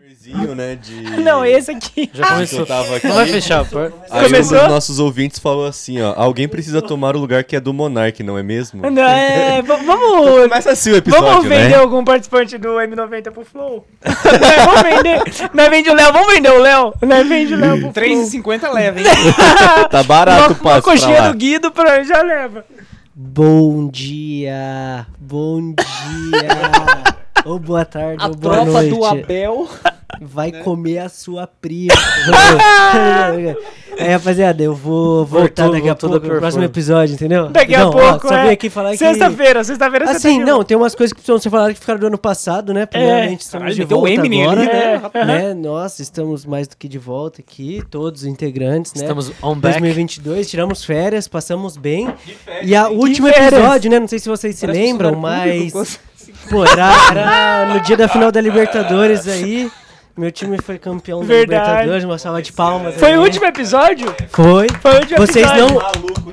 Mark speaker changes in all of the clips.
Speaker 1: Vizinho, né? De...
Speaker 2: Não, esse aqui.
Speaker 3: Tá
Speaker 4: Já começou.
Speaker 1: Eu tava aqui.
Speaker 4: Não vai fechar a porta.
Speaker 1: Aí um dos
Speaker 2: Começou?
Speaker 1: nossos ouvintes falou assim, ó. Alguém precisa tomar o lugar que é do Monark, não é mesmo?
Speaker 2: Não, é, v- vamos.
Speaker 1: Começa assim o episódio,
Speaker 2: Vamos vender
Speaker 1: né?
Speaker 2: algum participante do M90 pro Flow? Nós vamos vender. Nós vende o Léo, vamos vender o Léo. Nós vende o Léo pro
Speaker 3: 3,50 leva, hein?
Speaker 1: Tá barato o
Speaker 2: Flow. Uma, uma
Speaker 1: passo pra
Speaker 2: coxinha
Speaker 1: lá.
Speaker 2: do Guido pra já leva.
Speaker 4: Bom dia. Bom dia. ou boa tarde,
Speaker 3: A
Speaker 4: ou boa
Speaker 3: tropa
Speaker 4: noite.
Speaker 3: do Abel.
Speaker 4: Vai
Speaker 5: né?
Speaker 4: comer a sua prima. é, rapaziada, eu vou voltar
Speaker 5: Voltou,
Speaker 4: daqui a
Speaker 5: voltou da
Speaker 4: pouco pro próximo episódio,
Speaker 5: performance.
Speaker 4: entendeu?
Speaker 2: Daqui a
Speaker 4: Não, ó,
Speaker 2: pouco,
Speaker 4: só
Speaker 2: é.
Speaker 4: vim aqui falar que...
Speaker 2: Sexta-feira, sexta-feira você
Speaker 4: Assim,
Speaker 2: tá É.
Speaker 4: não, tem umas coisas que precisam ser faladas que ficaram do ano passado, né? Primeiramente, estamos
Speaker 3: Caralho,
Speaker 4: de
Speaker 3: meteu o
Speaker 4: volta
Speaker 3: Eminem
Speaker 4: agora.
Speaker 3: ali, né?
Speaker 4: É, né? Nós estamos mais do que de volta aqui, todos os integrantes, né?
Speaker 5: Estamos on back.
Speaker 4: 2022, tiramos férias, passamos bem. e a último
Speaker 2: férias.
Speaker 4: episódio, né? Não sei se vocês se
Speaker 3: Parece
Speaker 4: lembram,
Speaker 3: funcionário público,
Speaker 4: mas. Pô, era, era no dia da final da Libertadores aí. Meu time foi campeão
Speaker 2: Verdade.
Speaker 4: da Libertadores, uma salva de palmas.
Speaker 2: Foi
Speaker 4: aí. né?
Speaker 2: o último episódio?
Speaker 4: Foi.
Speaker 2: Foi o último
Speaker 4: é. Vocês
Speaker 2: episódio.
Speaker 4: não.
Speaker 5: né?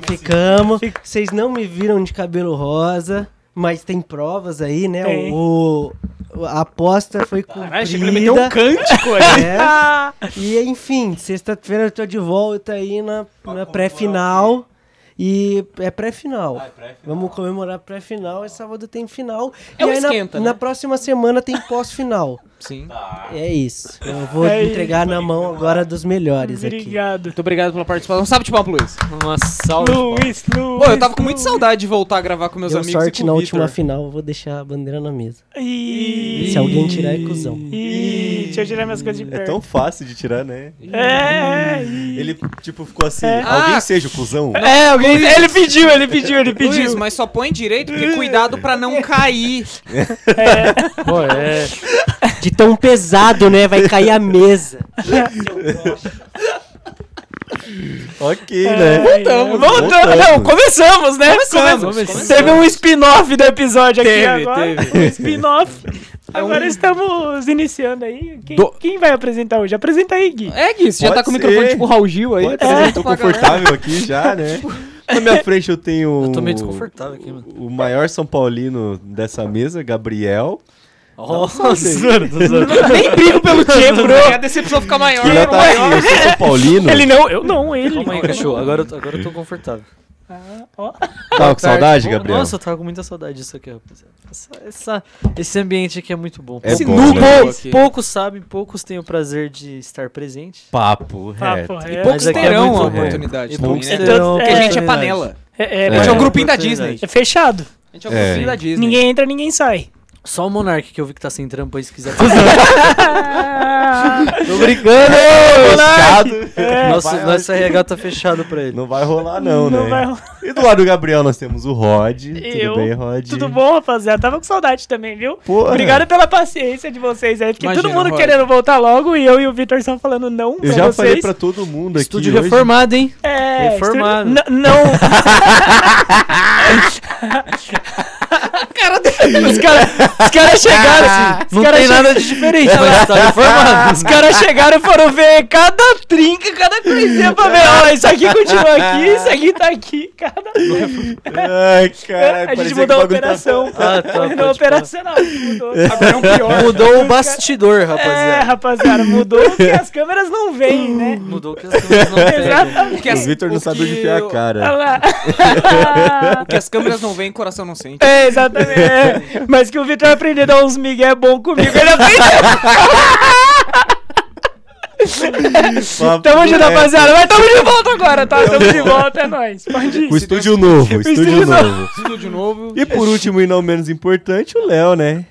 Speaker 4: Ficamos. Vocês não me viram de cabelo rosa, mas tem provas aí, né?
Speaker 2: Tem.
Speaker 4: O, o- a aposta foi
Speaker 3: Caralho, achei que ele meteu um
Speaker 4: cumprida.
Speaker 3: cântico ali.
Speaker 4: É.
Speaker 2: Ah,
Speaker 4: E enfim, sexta-feira eu tô de volta aí na, na pré-final. E é pré-final. Vamos comemorar a pré-final. E sábado tem final.
Speaker 3: É
Speaker 4: e
Speaker 3: um
Speaker 4: aí na-
Speaker 3: esquenta,
Speaker 4: na,
Speaker 3: né?
Speaker 4: próxima semana tem pós-final.
Speaker 3: Sim.
Speaker 4: É isso. Eu vou
Speaker 2: É
Speaker 4: entregar na mão agora dos melhores aqui.
Speaker 2: obrigado.
Speaker 3: Muito obrigado pela participação. Um salve de palmas pro Luiz.
Speaker 5: Uma salva. de palmas.
Speaker 2: Luiz, Luiz.
Speaker 3: Pô, eu tava com muita saudade de voltar a gravar com meus
Speaker 4: Deu
Speaker 3: amigos.
Speaker 4: sorte
Speaker 3: e com
Speaker 4: na
Speaker 3: o
Speaker 4: última
Speaker 3: Vitor.
Speaker 4: final, eu vou deixar a bandeira na mesa.
Speaker 2: Ih,
Speaker 4: Se alguém tirar, é cuzão.
Speaker 2: ih, deixa eu tirar minhas coisas de
Speaker 1: É
Speaker 2: perto.
Speaker 1: tão fácil de tirar, né?
Speaker 2: É, é, ih.
Speaker 1: Ele, tipo, ficou assim,
Speaker 2: É.
Speaker 1: alguém
Speaker 3: Ah.
Speaker 1: seja o cuzão.
Speaker 2: é, alguém. Ele pediu, ele pediu, ele
Speaker 3: Luiz,
Speaker 2: pediu.
Speaker 3: mas só põe direito, porque cuidado pra não cair.
Speaker 5: Pô, é.
Speaker 4: De tão pesado, né? Vai cair a mesa.
Speaker 1: ok, né?
Speaker 2: Voltamos,
Speaker 1: voltamos.
Speaker 2: voltamos. É. Não, começamos, né?
Speaker 3: Começamos, começamos.
Speaker 2: Teve um spin-off do episódio aqui
Speaker 3: Teve,
Speaker 2: agora. Um spin-off. Agora estamos iniciando aí. Quem,
Speaker 3: Do-
Speaker 2: quem vai apresentar hoje? Apresenta aí, Gui.
Speaker 3: É, Gui, você já
Speaker 1: Pode
Speaker 3: tá com o
Speaker 1: ser.
Speaker 3: microfone tipo Raul Gil aí.
Speaker 2: É.
Speaker 1: Pode
Speaker 3: tá
Speaker 1: ser, eu
Speaker 3: apresentando
Speaker 1: tô
Speaker 3: pra galera.
Speaker 1: confortável aqui já, né? Na minha frente eu tenho
Speaker 5: Eu tô meio
Speaker 1: o-
Speaker 5: desconfortável aqui, mano.
Speaker 1: o maior São Paulino dessa mesa, Gabriel.
Speaker 5: Nossa, zoando, tô zoando.
Speaker 2: Nem brigo pelo tempo,
Speaker 3: Porque a decepção fica maior. é?
Speaker 1: Que já tá
Speaker 3: maior.
Speaker 1: aqui, eu sou São Paulino.
Speaker 2: é Ele não, eu não, ele.
Speaker 5: Calma aí, cachorro. Agora, eu tô- agora eu tô confortável.
Speaker 2: é
Speaker 1: Tava Tá com saudade,
Speaker 5: Pô,
Speaker 1: Gabriel?
Speaker 5: Nossa, eu tava com muita saudade disso aqui, rapaziada. Essa- essa- esse ambiente aqui é muito bom.
Speaker 1: É
Speaker 5: Poucos-
Speaker 1: bom, né?
Speaker 5: poucos-
Speaker 3: Aqui.
Speaker 5: Poucos sabem, poucos têm o prazer de estar presente.
Speaker 1: Papo
Speaker 2: Papo
Speaker 1: reto.
Speaker 2: reto.
Speaker 3: Poucos
Speaker 5: Mas aqui é
Speaker 3: terão
Speaker 5: muito
Speaker 3: a
Speaker 5: bom.
Speaker 3: oportunidade.
Speaker 5: E
Speaker 3: também,
Speaker 5: poucos
Speaker 3: né?
Speaker 2: terão.
Speaker 5: terão
Speaker 3: Porque a gente é
Speaker 5: oportunidade.
Speaker 3: panela.
Speaker 2: É, é,
Speaker 3: A gente é um
Speaker 1: É.
Speaker 3: grupinho da Disney.
Speaker 2: é fechado.
Speaker 3: A gente é um grupinho
Speaker 1: É.
Speaker 3: da Disney.
Speaker 2: Ninguém entra, ninguém sai.
Speaker 5: Só o Monark que eu vi que tá sem trampo aí, se quiser.
Speaker 1: Tô brincando, fechado.
Speaker 5: nosso,
Speaker 1: vai-
Speaker 5: nosso RH tá fechado pra ele.
Speaker 1: Não vai rolar não, né?
Speaker 2: Não vai rolar.
Speaker 1: E do lado do Gabriel nós temos o Rod.
Speaker 2: Eu.
Speaker 1: Tudo bem, Rod?
Speaker 2: Tudo bom, rapaziada? Tava com saudade também, viu?
Speaker 1: Porra.
Speaker 2: Obrigado pela paciência de vocês aí, porque
Speaker 3: Imagina,
Speaker 2: todo mundo
Speaker 3: Roy.
Speaker 2: querendo voltar logo e eu e o Vitor estão falando não pra
Speaker 1: Eu já
Speaker 2: vocês.
Speaker 1: falei pra todo mundo aqui
Speaker 5: Estúdio
Speaker 1: hoje.
Speaker 5: reformado, hein?
Speaker 2: É,
Speaker 5: Reformado.
Speaker 2: estu- N- Não.
Speaker 3: Cara,
Speaker 2: Os caras os caras chegaram assim. Os
Speaker 5: Não
Speaker 2: caras
Speaker 5: tem
Speaker 2: che-
Speaker 5: nada de diferente, mas tá reformado.
Speaker 2: Os caras chegaram e foram ver cada trinca, cada coisinha pra ver. Ó, isso aqui continua aqui, isso aqui tá aqui. Cada.
Speaker 1: Ai,
Speaker 2: a
Speaker 1: caralho,
Speaker 2: gente
Speaker 1: parecia
Speaker 2: mudou a
Speaker 1: que o bagulho tá-
Speaker 2: operação.
Speaker 5: Ah, tá, pode
Speaker 2: Mudou a
Speaker 5: pá.
Speaker 2: operacional. Mudou.
Speaker 3: agora é um pior.
Speaker 5: Mudou o bastidor, rapaziada.
Speaker 2: É, rapaziada, mudou porque as câmeras não veem, né?
Speaker 5: Mudou que as câmeras não pegam.
Speaker 2: Exatamente.
Speaker 3: O que as-
Speaker 1: O Victor não
Speaker 3: o
Speaker 1: sabe onde
Speaker 3: que
Speaker 1: enfiar
Speaker 3: o-
Speaker 1: a cara.
Speaker 2: Olha lá.
Speaker 3: O que as câmeras não veem, o coração não sente.
Speaker 2: É, exatamente. é. Mas que o Vitor aprendeu a dar uns migué bom comigo. Ele aprendeu.
Speaker 1: Papo
Speaker 2: Tamo junto,
Speaker 1: reto.
Speaker 2: rapaziada. Mas tamo de volta agora, tá? Tamo de volta, é nóis. Pode ir.
Speaker 1: O estúdio novo, o
Speaker 2: estúdio
Speaker 1: estúdio novo.
Speaker 3: Tudo de novo.
Speaker 1: E por último e não menos importante, o Léo, né?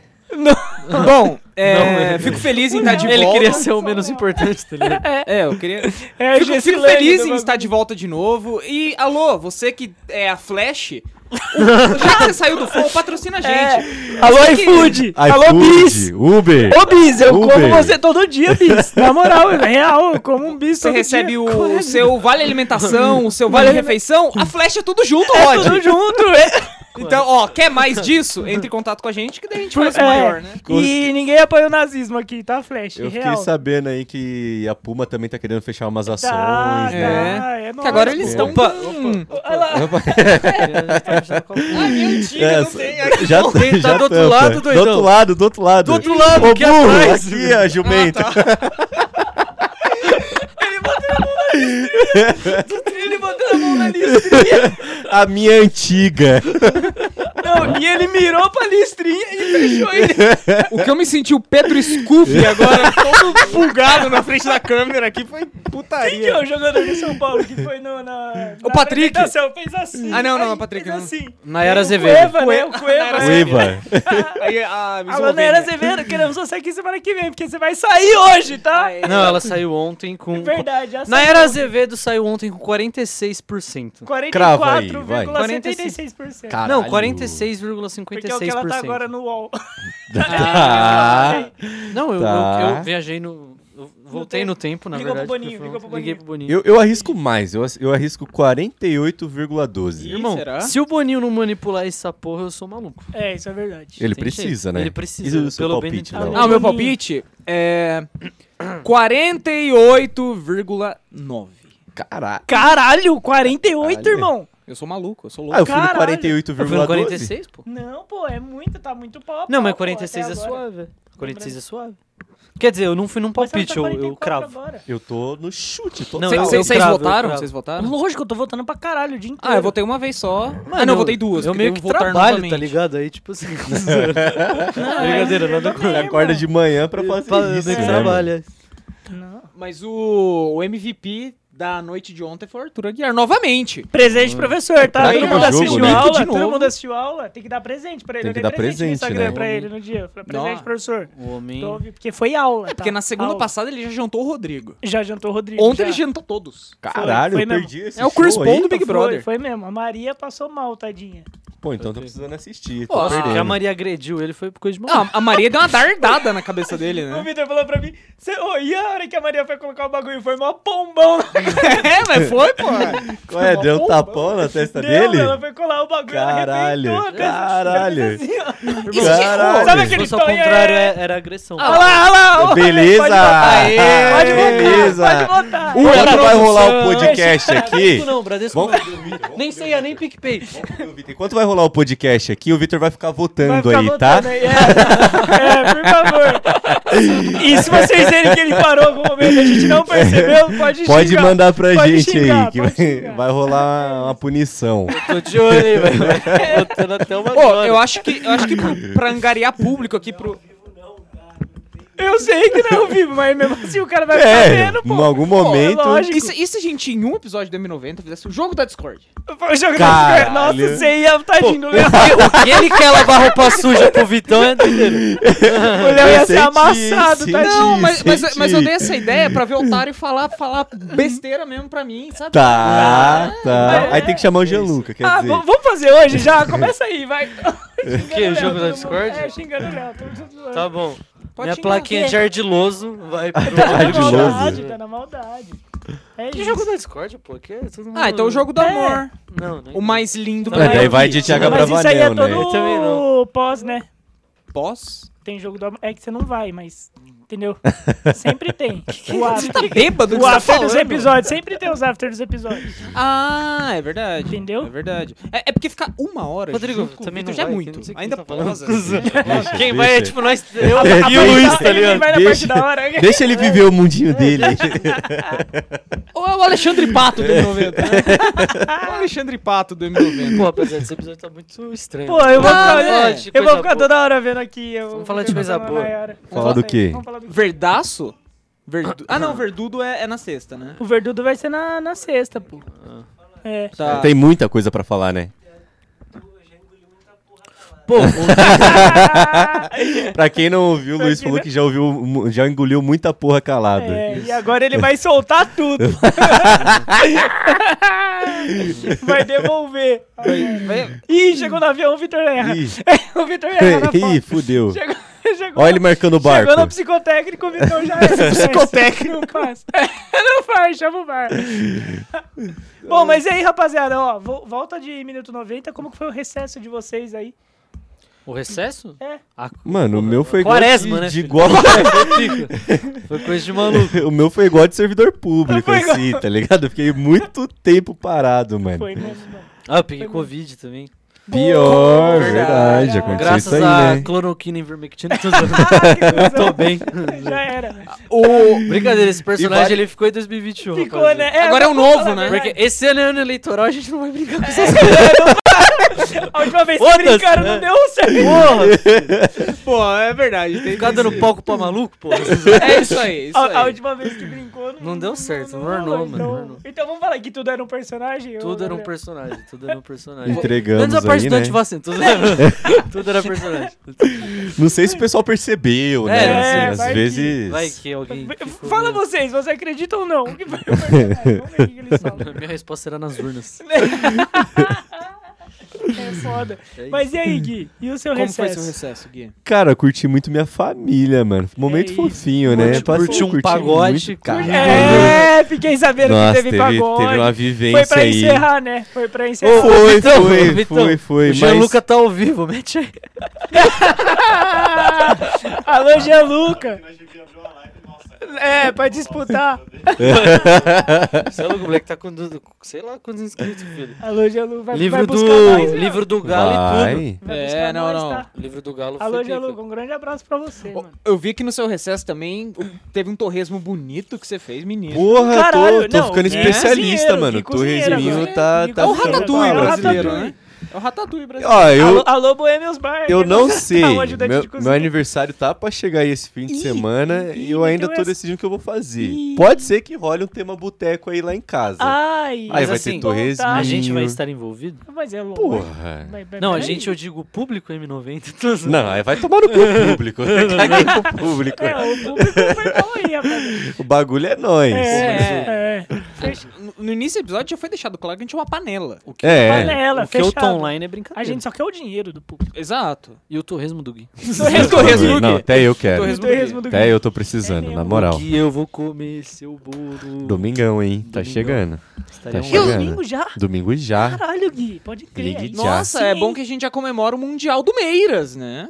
Speaker 3: Bom, é, fico feliz em estar de
Speaker 5: Ele
Speaker 3: volta.
Speaker 5: queria ser o menos importante, tá ligado?
Speaker 3: É, eu queria.
Speaker 2: É,
Speaker 3: Fico,
Speaker 2: Gessilane
Speaker 3: fico feliz
Speaker 2: do
Speaker 3: em
Speaker 2: bagulho.
Speaker 3: estar de volta de novo. E, alô, você que é a Flash, o- já que você saiu do Flow, patrocina a gente.
Speaker 2: É. Alô,
Speaker 3: Você que-
Speaker 2: iFood. Alô, Bis.
Speaker 1: iFood, Uber.
Speaker 2: Ô, Bis, eu
Speaker 1: Uber.
Speaker 2: como você todo dia, Bis. Na moral, é real, eu como um Bis
Speaker 3: Você
Speaker 2: todo
Speaker 3: recebe
Speaker 2: dia. assim?
Speaker 3: o
Speaker 2: Corre.
Speaker 3: seu vale alimentação, o seu vale refeição. A Flash é tudo junto,
Speaker 2: É
Speaker 3: Rod.
Speaker 2: tudo junto. é.
Speaker 3: Então, ó, quer mais disso? Entre em contato com a gente, que daí a gente faz o
Speaker 2: É.
Speaker 3: maior, né?
Speaker 2: E ninguém apoia o nazismo aqui, tá, Flash?
Speaker 1: Eu fiquei
Speaker 2: Real.
Speaker 1: sabendo aí que a Puma também tá querendo fechar umas ações.
Speaker 2: Tá,
Speaker 1: né?
Speaker 2: tá, é
Speaker 3: Que agora
Speaker 2: nóis,
Speaker 3: eles
Speaker 1: pô.
Speaker 3: estão.
Speaker 5: Opa,
Speaker 3: Hum,
Speaker 2: Olha lá,
Speaker 5: tá
Speaker 3: a minha antiga
Speaker 1: É,
Speaker 3: não
Speaker 1: só-
Speaker 3: tem aqui.
Speaker 1: Já
Speaker 5: Quem tá
Speaker 1: já
Speaker 5: do outro
Speaker 1: tampa.
Speaker 5: lado, doidão?
Speaker 1: Do outro lado, do outro lado.
Speaker 5: Do outro lado,
Speaker 1: Ô,
Speaker 5: aqui
Speaker 1: burro,
Speaker 5: atrás. Ah, tá.
Speaker 1: aqui, a jumenta.
Speaker 3: Ele botou a mão na lista.
Speaker 1: A minha antiga.
Speaker 3: Não, e ele mirou pra listrinha e fechou ele. O que eu me senti o Pedro Scooby agora, todo bugado na frente da câmera aqui, foi
Speaker 2: quem que é
Speaker 3: putaria.
Speaker 2: o jogador de São Paulo que foi no, na. na
Speaker 3: Patrick.
Speaker 2: apresentação? Fez assim.
Speaker 3: Ah, não, não,
Speaker 2: Aí,
Speaker 3: Patrick,
Speaker 2: Fez
Speaker 3: não.
Speaker 2: assim.
Speaker 5: Nayara Azevedo.
Speaker 2: Cueva, né? O Cueva.
Speaker 5: É.
Speaker 1: O Ivar.
Speaker 3: Aí a
Speaker 2: Alô, Nayara Azevedo, queremos você aqui semana que vem, porque você vai sair hoje, tá? É
Speaker 5: Não, ela saiu ontem com.
Speaker 2: verdade, já saiu.
Speaker 5: Nayara Azevedo saiu ontem com 46%.
Speaker 1: Crava aí, vai.
Speaker 2: 44,76%.
Speaker 5: Não,
Speaker 2: Porque é o que ela tá agora
Speaker 5: 46,56%.
Speaker 2: no UOL.
Speaker 1: Tá.
Speaker 5: Não, eu,
Speaker 1: Tá.
Speaker 5: eu- eu viajei no. eu voltei
Speaker 2: tempo.
Speaker 5: no tempo, na
Speaker 2: Ligou pro
Speaker 5: verdade. porque
Speaker 2: Boninho,
Speaker 5: foi
Speaker 2: ligou
Speaker 5: ontem.
Speaker 2: pro
Speaker 5: Liguei
Speaker 2: Boninho.
Speaker 5: pro Boninho.
Speaker 1: Eu, eu arrisco mais. Eu, eu arrisco 48,12.
Speaker 5: Irmão,
Speaker 3: será?
Speaker 5: se o Boninho não manipular essa porra, eu sou maluco.
Speaker 2: É, isso é verdade.
Speaker 1: Ele
Speaker 5: Tem
Speaker 1: precisa,
Speaker 5: jeito.
Speaker 1: né?
Speaker 5: Ele precisa,
Speaker 1: E o seu
Speaker 5: pelo bem
Speaker 1: palpite,
Speaker 5: do
Speaker 1: Léo?
Speaker 5: time.
Speaker 3: Ah, o meu palpite é 48,9.
Speaker 1: Caraca.
Speaker 2: Caralho, 48,
Speaker 1: Caralho.
Speaker 2: irmão.
Speaker 3: Eu sou maluco, eu sou
Speaker 1: Ah, eu
Speaker 3: louco.
Speaker 1: fui no
Speaker 2: Caralho.
Speaker 5: Tá
Speaker 1: 48,12.
Speaker 5: 46, pô?
Speaker 2: Não, pô, é muito, tá muito pau.
Speaker 5: Não,
Speaker 2: pau,
Speaker 5: mas
Speaker 2: pô,
Speaker 5: 46
Speaker 2: até
Speaker 5: é
Speaker 2: agora.
Speaker 5: suave. 46 é suave. Quer dizer, eu não fui num
Speaker 2: Mas ela tá
Speaker 5: palpite, eu, eu
Speaker 2: 44
Speaker 5: cravo.
Speaker 2: agora.
Speaker 1: Eu tô no chute. Tô
Speaker 5: Não, tá
Speaker 3: Cê-
Speaker 5: eu-
Speaker 3: cê-
Speaker 5: eu
Speaker 3: Vocês
Speaker 5: cravo, eu
Speaker 3: votaram?
Speaker 5: cravo.
Speaker 3: Vocês votaram?
Speaker 2: Lógico, eu tô votando pra caralho o dia inteiro.
Speaker 3: Ah, eu votei uma vez só. ah, não, eu votei duas.
Speaker 5: Eu
Speaker 3: porque
Speaker 5: meio
Speaker 3: devo
Speaker 5: que
Speaker 3: votar
Speaker 5: trabalho,
Speaker 3: novamente.
Speaker 5: tá ligado? Aí, tipo assim...
Speaker 2: Não,
Speaker 5: Brincadeira,
Speaker 2: eu
Speaker 5: nada
Speaker 2: também,
Speaker 1: Você acorda de manhã pra falar
Speaker 5: Pra-
Speaker 1: assim, isso,
Speaker 5: meio que
Speaker 1: né, mano?
Speaker 5: trabalha.
Speaker 2: mano. Não.
Speaker 3: Mas o, o MVP da noite de ontem foi o Arthur Aguiar, novamente.
Speaker 2: Presente, professor, tá?
Speaker 1: pra
Speaker 2: Todo
Speaker 1: jogo,
Speaker 2: mundo assistiu
Speaker 1: né?
Speaker 2: aula,
Speaker 3: De
Speaker 2: todo
Speaker 3: novo.
Speaker 2: mundo assistiu aula, tem que dar presente pra ele.
Speaker 1: Tem
Speaker 2: eu
Speaker 1: que
Speaker 2: dei
Speaker 1: dar
Speaker 2: no
Speaker 1: presente,
Speaker 2: Instagram
Speaker 1: né?
Speaker 2: pra ele no dia. Eu Falei, presente,
Speaker 3: Nossa.
Speaker 2: professor.
Speaker 5: O homem...
Speaker 2: Tô ouvindo, porque foi aula, tá?
Speaker 3: É, Porque na segunda
Speaker 2: Aula.
Speaker 3: passada ele já jantou o Rodrigo.
Speaker 2: Já jantou o Rodrigo.
Speaker 3: Ontem
Speaker 2: já.
Speaker 3: ele jantou todos.
Speaker 1: Caralho,
Speaker 2: foi
Speaker 1: eu
Speaker 2: mesmo.
Speaker 1: perdi esse
Speaker 3: É o Chris
Speaker 1: show
Speaker 3: Paul
Speaker 1: aí. Tá
Speaker 3: do Big
Speaker 2: Foi,
Speaker 3: Brother.
Speaker 2: Foi mesmo, a Maria passou mal, tadinha.
Speaker 1: Pô, então tô precisando assistir. Tô
Speaker 3: Ó,
Speaker 5: Que a
Speaker 1: perdendo.
Speaker 5: Maria agrediu ele foi por coisa de mal.
Speaker 3: Ah, a Maria deu uma dardada na cabeça dele,
Speaker 2: O
Speaker 3: né?
Speaker 2: Vitor falou pra mim, "Cê- ô, e a hora que a Maria foi colocar o bagulho? Foi mó pombão.
Speaker 3: é, mas foi, pô.
Speaker 1: Ué, deu um tapão na testa
Speaker 2: Deu,
Speaker 1: dele?
Speaker 2: Ela foi colar o bagulho,
Speaker 1: Caralho,
Speaker 2: ela arrebentou. a testa.
Speaker 1: caralho.
Speaker 2: Ela fez assim, ó.
Speaker 1: Caralho.
Speaker 2: Sabe
Speaker 5: Se
Speaker 2: aquele
Speaker 5: fosse ao
Speaker 2: tom, é-
Speaker 5: contrário, é- era agressão.
Speaker 2: Olha lá, olha lá. ó,
Speaker 1: Beleza!
Speaker 2: Pode botar. Pode botar,
Speaker 1: Beleza!
Speaker 2: pode botar.
Speaker 1: Agora
Speaker 5: Outra
Speaker 1: vai rolar o
Speaker 5: produção.
Speaker 1: podcast aqui.
Speaker 5: Bradesco não, Bradesco
Speaker 1: Vamos-
Speaker 5: não. é- Nem ceia, nem PicPay.
Speaker 1: Ô, Vitor, Enquanto vai rolar o podcast aqui, o Vitor vai ficar
Speaker 2: Vai
Speaker 1: votando
Speaker 2: ficar
Speaker 1: aí, tá?
Speaker 2: voltando aí, É, É, por favor. E se vocês verem que ele parou em algum momento, a gente não percebeu, pode xingar.
Speaker 1: Pode mandar pra
Speaker 2: Pode
Speaker 1: gente
Speaker 2: xingar,
Speaker 1: aí, que
Speaker 2: pode
Speaker 1: vai,
Speaker 2: xingar.
Speaker 1: vai rolar uma punição.
Speaker 5: Tô de olho aí, velho. Botando até uma
Speaker 3: Pô,
Speaker 5: glória.
Speaker 3: eu acho que, eu acho que pro, pra angariar público aqui pro...
Speaker 2: Eu sei que não é ao vivo, mas mesmo assim o cara vai ficar
Speaker 1: É,
Speaker 2: vendo,
Speaker 1: em
Speaker 2: pô.
Speaker 1: algum momento.
Speaker 2: lógico.
Speaker 3: E se, e se a gente, em um episódio do M90, fizesse o jogo da Discord?
Speaker 2: Foi jogando
Speaker 1: Caralho.
Speaker 2: Nossa, é- você ia tadinho do Léo.
Speaker 5: E ele quer lavar roupa suja pro Vitão, é dele.
Speaker 2: O Léo ia ser
Speaker 1: senti,
Speaker 2: amassado,
Speaker 1: senti.
Speaker 2: tadinho.
Speaker 3: Não, mas, mas-
Speaker 1: senti.
Speaker 3: mas eu dei essa ideia pra ver o otário falar, falar besteira mesmo pra mim, sabe?
Speaker 1: Tá, tá.
Speaker 2: é.
Speaker 1: Aí tem que chamar o Gianluca, quer
Speaker 2: Ah,
Speaker 1: dizer.
Speaker 2: v- vamos fazer hoje já? Começa aí, vai. Xingando
Speaker 5: Que, o
Speaker 2: Léo,
Speaker 5: jogo
Speaker 2: todo
Speaker 5: da
Speaker 2: mundo.
Speaker 5: Discord?
Speaker 2: É, xingando o Léo. todo mundo zoando.
Speaker 5: Tá bom.
Speaker 3: Pode
Speaker 5: Minha
Speaker 3: xingar.
Speaker 5: plaquinha de ardiloso vai pro...
Speaker 2: Tá na
Speaker 1: Ardiloso.
Speaker 2: maldade, tá na maldade. É
Speaker 5: Que
Speaker 2: isso.
Speaker 5: jogo da Discord, pô? Que é todo mundo-
Speaker 3: Ah, então o jogo do
Speaker 2: É.
Speaker 3: amor.
Speaker 5: Não, nem...
Speaker 3: O mais lindo
Speaker 5: Não,
Speaker 1: Mas
Speaker 3: pra
Speaker 1: daí
Speaker 3: mim.
Speaker 1: vai de Thiago
Speaker 2: Mas isso aí é
Speaker 1: Abravanel, né?
Speaker 5: Eu também
Speaker 2: todo
Speaker 5: não.
Speaker 2: pós, né?
Speaker 3: Pós?
Speaker 2: Tem jogo do... É que você não vai, mas... Entendeu? Sempre tem. O after,
Speaker 3: Bêbado que
Speaker 2: o
Speaker 3: você tá
Speaker 2: after dos
Speaker 3: falando.
Speaker 2: episódios. Sempre tem os after dos episódios.
Speaker 3: Ah, é verdade.
Speaker 2: Entendeu?
Speaker 3: É verdade. É, é porque ficar uma hora
Speaker 5: Rodrigo,
Speaker 3: junto com o
Speaker 5: também
Speaker 3: Vitor
Speaker 5: não
Speaker 3: já é
Speaker 5: vai, que
Speaker 3: muito.
Speaker 5: não sei o que
Speaker 3: Ainda
Speaker 5: você tá falando.
Speaker 3: pausa. assim.
Speaker 1: Deixa,
Speaker 5: Quem vai é
Speaker 1: deixa.
Speaker 5: tipo nós... Eu...
Speaker 1: E o Luiz, tá
Speaker 2: Ele
Speaker 1: ligado?
Speaker 2: vai na parte
Speaker 1: Deixa,
Speaker 2: da hora.
Speaker 1: deixa ele viver o mundinho dele.
Speaker 3: Ou é o Alexandre Pato do M90, né? o Alexandre Pato do M90.
Speaker 5: Pô, rapaziada, esse episódio tá muito estranho.
Speaker 2: Pô, eu vou
Speaker 3: Ah,
Speaker 2: ficar,
Speaker 3: é.
Speaker 5: De
Speaker 2: eu
Speaker 5: tipo, coisa
Speaker 2: vou ficar
Speaker 5: boa.
Speaker 2: toda hora vendo aqui. Eu
Speaker 5: Vamos falar de coisa boa.
Speaker 2: Vamos
Speaker 1: Falar do quê?
Speaker 2: Vamos falar do quê?
Speaker 3: Verdaço? Verdu- Ah, não, Verdudo é, é na sexta, né?
Speaker 2: O Verdudo vai ser na, na sexta, pô.
Speaker 5: Ah.
Speaker 2: É.
Speaker 3: Tá.
Speaker 1: Tem muita coisa pra falar, né?
Speaker 5: Pô,
Speaker 1: Pra quem não ouviu, o Luiz falou que já ouviu, mu- já engoliu muita porra calado.
Speaker 2: É, e agora ele vai soltar tudo. vai devolver.
Speaker 3: Vai-
Speaker 2: Ih, chegou no avião o Vitor Erra.
Speaker 1: Ih,
Speaker 2: o Vitor Erra na
Speaker 1: ih,
Speaker 2: foto.
Speaker 1: fudeu.
Speaker 2: Chegou... É, Chegou,
Speaker 1: Olha ele marcando o barco.
Speaker 2: chegou no psicotécnico, o Vitão já é.
Speaker 3: Psicotécnico.
Speaker 2: Não passa. Não faz, chama o bar. Bom, mas e aí, rapaziada, ó, vo- volta de minuto 90, como que foi o recesso de vocês aí?
Speaker 5: O recesso?
Speaker 2: É.
Speaker 5: A...
Speaker 1: Mano, o meu foi igual
Speaker 5: Quaresma,
Speaker 1: de,
Speaker 5: né?
Speaker 1: de
Speaker 5: filho? É,
Speaker 1: igual.
Speaker 5: Foi coisa de maluco.
Speaker 1: o meu foi igual de servidor público,
Speaker 2: Foi igual.
Speaker 1: assim, tá ligado? Eu fiquei muito tempo parado, mano.
Speaker 2: Foi, né? mano?
Speaker 5: Ah, eu peguei Covid também.
Speaker 1: Pior,
Speaker 2: Verdade.
Speaker 1: verdade. Aconteceu
Speaker 5: Graças
Speaker 1: isso aí,
Speaker 5: a
Speaker 1: né?
Speaker 5: cloroquina e vermectina.
Speaker 2: Ah, que
Speaker 5: Eu tô
Speaker 2: cuzão.
Speaker 5: bem.
Speaker 2: Já era.
Speaker 5: Brincadeira, esse personagem
Speaker 1: vale-
Speaker 5: ele ficou em 2021.
Speaker 2: Ficou,
Speaker 5: rapaziada.
Speaker 2: né?
Speaker 3: Agora é
Speaker 2: eu
Speaker 3: um
Speaker 2: tô
Speaker 3: novo,
Speaker 2: falando a
Speaker 3: né?
Speaker 5: Porque
Speaker 2: verdade.
Speaker 5: esse ano é ano eleitoral, a gente não vai brincar com essas
Speaker 2: A última vez que
Speaker 5: Foda-se,
Speaker 2: brincaram
Speaker 5: né?
Speaker 2: não deu certo.
Speaker 5: porra.
Speaker 3: Pô, é verdade. Tem
Speaker 5: Ficar dando palco pra maluco, porra.
Speaker 3: É isso aí, isso
Speaker 2: A, a
Speaker 3: aí.
Speaker 2: última vez que brincou não,
Speaker 5: Não deu certo, não
Speaker 2: rolou,
Speaker 5: ornou, mano,
Speaker 2: Então,
Speaker 5: não ornou.
Speaker 2: então vamos falar que tudo era um personagem?
Speaker 5: Tudo
Speaker 2: ô,
Speaker 5: era um
Speaker 2: Gabriel?
Speaker 5: personagem, tudo era um personagem.
Speaker 1: Entregamos
Speaker 5: Menos a parte
Speaker 1: aí,
Speaker 5: do
Speaker 1: né?
Speaker 5: antivacina, tudo era, tudo era personagem.
Speaker 1: Não sei se o pessoal percebeu, né?
Speaker 5: É,
Speaker 1: Assim,
Speaker 2: é,
Speaker 1: às
Speaker 2: vai que-
Speaker 1: vezes.
Speaker 5: Vai que alguém. que um- ficou
Speaker 2: Fala
Speaker 5: meio-
Speaker 2: vocês, vocês acreditam ou não? O que foi o personagem? Vamos ver o que que eles falam.
Speaker 5: Minha resposta era nas urnas.
Speaker 2: É foda.
Speaker 5: É
Speaker 2: Mas e aí, Gui? E o seu
Speaker 3: Como foi
Speaker 2: recesso?
Speaker 3: seu recesso, Gui?
Speaker 1: Cara, eu curti muito minha família, mano. Momento
Speaker 2: isso.
Speaker 1: fofinho, né?
Speaker 5: Curti- curti um
Speaker 1: curti
Speaker 5: pagode,
Speaker 1: muito, cara.
Speaker 2: É, fiquei sabendo
Speaker 1: Nossa,
Speaker 2: que teve pagode.
Speaker 1: teve uma
Speaker 2: foi
Speaker 1: vivência
Speaker 2: pra
Speaker 1: aí.
Speaker 2: encerrar, né? Foi pra encerrar.
Speaker 1: Foi,
Speaker 5: Vitão,
Speaker 1: foi,
Speaker 5: Vitão,
Speaker 1: foi, foi.
Speaker 5: o Gianluca tá ao vivo, mete aí.
Speaker 2: Alô, Gianluca. É, pra disputar.
Speaker 5: Gianluca, o moleque tá com, du- sei lá quantos inscritos, filho.
Speaker 2: Alô, Gianluca. Vai, vai
Speaker 5: livro,
Speaker 2: buscar né?
Speaker 5: do,
Speaker 2: nós, meu.
Speaker 5: livro do Galo e tudo.
Speaker 1: Vai.
Speaker 2: Vai
Speaker 3: É,
Speaker 2: buscar
Speaker 3: não,
Speaker 2: nós,
Speaker 3: não.
Speaker 2: tá?
Speaker 5: Livro do Galo
Speaker 2: Alô,
Speaker 5: foi pica.
Speaker 2: Gianluca. Um grande abraço pra você, mano.
Speaker 3: Eu vi que no seu recesso também teve um torresmo bonito que você fez, menino.
Speaker 1: Porra,
Speaker 2: Caralho,
Speaker 1: tô, tô
Speaker 2: não,
Speaker 1: ficando
Speaker 2: que
Speaker 1: especialista,
Speaker 2: cozinheiro,
Speaker 1: mano.
Speaker 2: que cozinheiro
Speaker 1: Torresminho
Speaker 2: agora.
Speaker 1: tá.
Speaker 2: Que
Speaker 1: tá
Speaker 3: É o
Speaker 2: Tá
Speaker 1: ficando
Speaker 3: Ratatouille
Speaker 1: bravo,
Speaker 3: brasileiro,
Speaker 1: né?
Speaker 3: né? É o Ratatouille brasileiro.
Speaker 1: Ó, eu,
Speaker 2: Alô, alô, Bohemians Bar.
Speaker 1: eu
Speaker 2: né?
Speaker 1: não sei.
Speaker 2: Ah, um ajudante de
Speaker 1: Meu,
Speaker 2: cozinha.
Speaker 1: meu aniversário tá pra chegar aí esse fim de semana
Speaker 2: ih,
Speaker 1: e eu ainda
Speaker 2: então
Speaker 1: tô
Speaker 2: essa-
Speaker 1: decidindo o que eu vou fazer.
Speaker 2: Ih. Ah,
Speaker 1: Pode ser que role um tema boteco aí lá em casa.
Speaker 2: Ai,
Speaker 1: aí
Speaker 5: mas
Speaker 1: vai
Speaker 5: assim,
Speaker 1: ter torresminho.
Speaker 5: A gente vai estar envolvido?
Speaker 2: mas é louco.
Speaker 1: Porra.
Speaker 5: Não, a gente, eu digo público M90.
Speaker 1: Não, é aí vai tomar no cu o público. Caguei pro público.
Speaker 2: É, o público foi bom aí, rapaz.
Speaker 1: O bagulho é nós.
Speaker 2: né? É, é. Fecha
Speaker 3: No- No início do episódio já foi deixado claro que a gente é uma panela.
Speaker 5: O que,
Speaker 1: É.
Speaker 2: panela,
Speaker 5: o que eu tô
Speaker 2: fechado.
Speaker 5: online é brincadeira.
Speaker 2: A gente só quer o dinheiro do público.
Speaker 3: Exato.
Speaker 5: E o torresmo do Gui.
Speaker 3: O torresmo
Speaker 1: Não,
Speaker 3: do Gui.
Speaker 1: até eu quero.
Speaker 3: Torresmo do Gui.
Speaker 2: Torresmo do
Speaker 1: Até
Speaker 2: Gui.
Speaker 1: eu tô precisando, na moral.
Speaker 5: Que eu vou comer seu bolo.
Speaker 1: Domingão, hein? Tá
Speaker 5: Domingão.
Speaker 1: chegando.
Speaker 5: Estaria
Speaker 1: tá
Speaker 5: um-
Speaker 2: E o
Speaker 1: chegando.
Speaker 2: domingo já?
Speaker 1: Domingo já.
Speaker 2: Caralho, Gui, pode crer.
Speaker 1: Ligue
Speaker 2: aí.
Speaker 1: já.
Speaker 3: Nossa, é bom que a gente já comemora o Mundial do Meiras, né?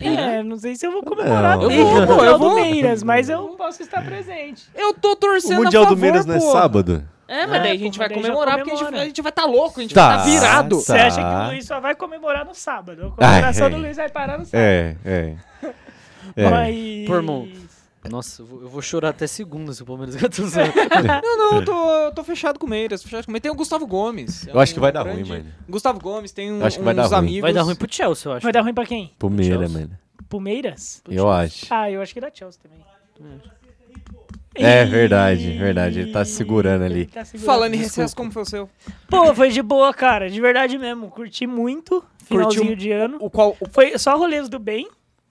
Speaker 2: É, não sei se eu vou comemorar
Speaker 1: Não. Eu
Speaker 2: o
Speaker 1: vou,
Speaker 2: Mundial
Speaker 3: pô, eu
Speaker 2: do
Speaker 3: vou.
Speaker 2: Meiras, mas eu não posso estar presente.
Speaker 3: Eu tô
Speaker 1: O
Speaker 3: torcendo
Speaker 1: Mundial
Speaker 3: a favor,
Speaker 1: do Meiras não é
Speaker 3: pô.
Speaker 1: sábado?
Speaker 3: É, mas daí
Speaker 2: É,
Speaker 3: a gente
Speaker 2: pô,
Speaker 3: vai
Speaker 2: daí já
Speaker 3: comemorar, porque a gente,
Speaker 2: comemora.
Speaker 3: a gente vai estar louco, a gente
Speaker 1: Tá.
Speaker 3: vai estar virado.
Speaker 1: Tá.
Speaker 2: Você acha que o Luiz só vai comemorar no sábado. A comemoração
Speaker 1: Ai,
Speaker 2: do
Speaker 1: é.
Speaker 2: Luiz vai parar no sábado.
Speaker 1: É, é. É.
Speaker 2: Mas...
Speaker 5: Pô, irmão. Nossa, eu vou, eu vou chorar até segunda se o Palmeiras ganhar tudo certo.
Speaker 3: Não, não, eu tô, eu tô fechado com o Meiras, fechado com o Meiras. Tem o Gustavo Gomes. é
Speaker 1: É. Eu acho que
Speaker 3: um
Speaker 1: vai dar
Speaker 3: grande-
Speaker 1: ruim, mano.
Speaker 3: Gustavo Gomes tem um,
Speaker 1: Eu acho que vai
Speaker 3: uns
Speaker 1: dar ruim.
Speaker 3: amigos.
Speaker 5: Vai dar ruim pro Chelsea, eu acho.
Speaker 2: Vai dar ruim pra quem?
Speaker 1: Palmeira, mano.
Speaker 2: Palmeiras?
Speaker 1: Eu acho.
Speaker 2: Ah, eu acho que da Chelsea também.
Speaker 1: É
Speaker 2: Ih,
Speaker 1: verdade, verdade. Ele tá segurando ali.
Speaker 2: ele tá segurando.
Speaker 3: Falando em recesso, como foi o seu?
Speaker 2: Pô, foi de boa, cara. De verdade mesmo. Curti muito. Finalzinho
Speaker 3: Curtiu
Speaker 2: de ano.
Speaker 3: O qual... o-
Speaker 2: Foi só rolês do bem.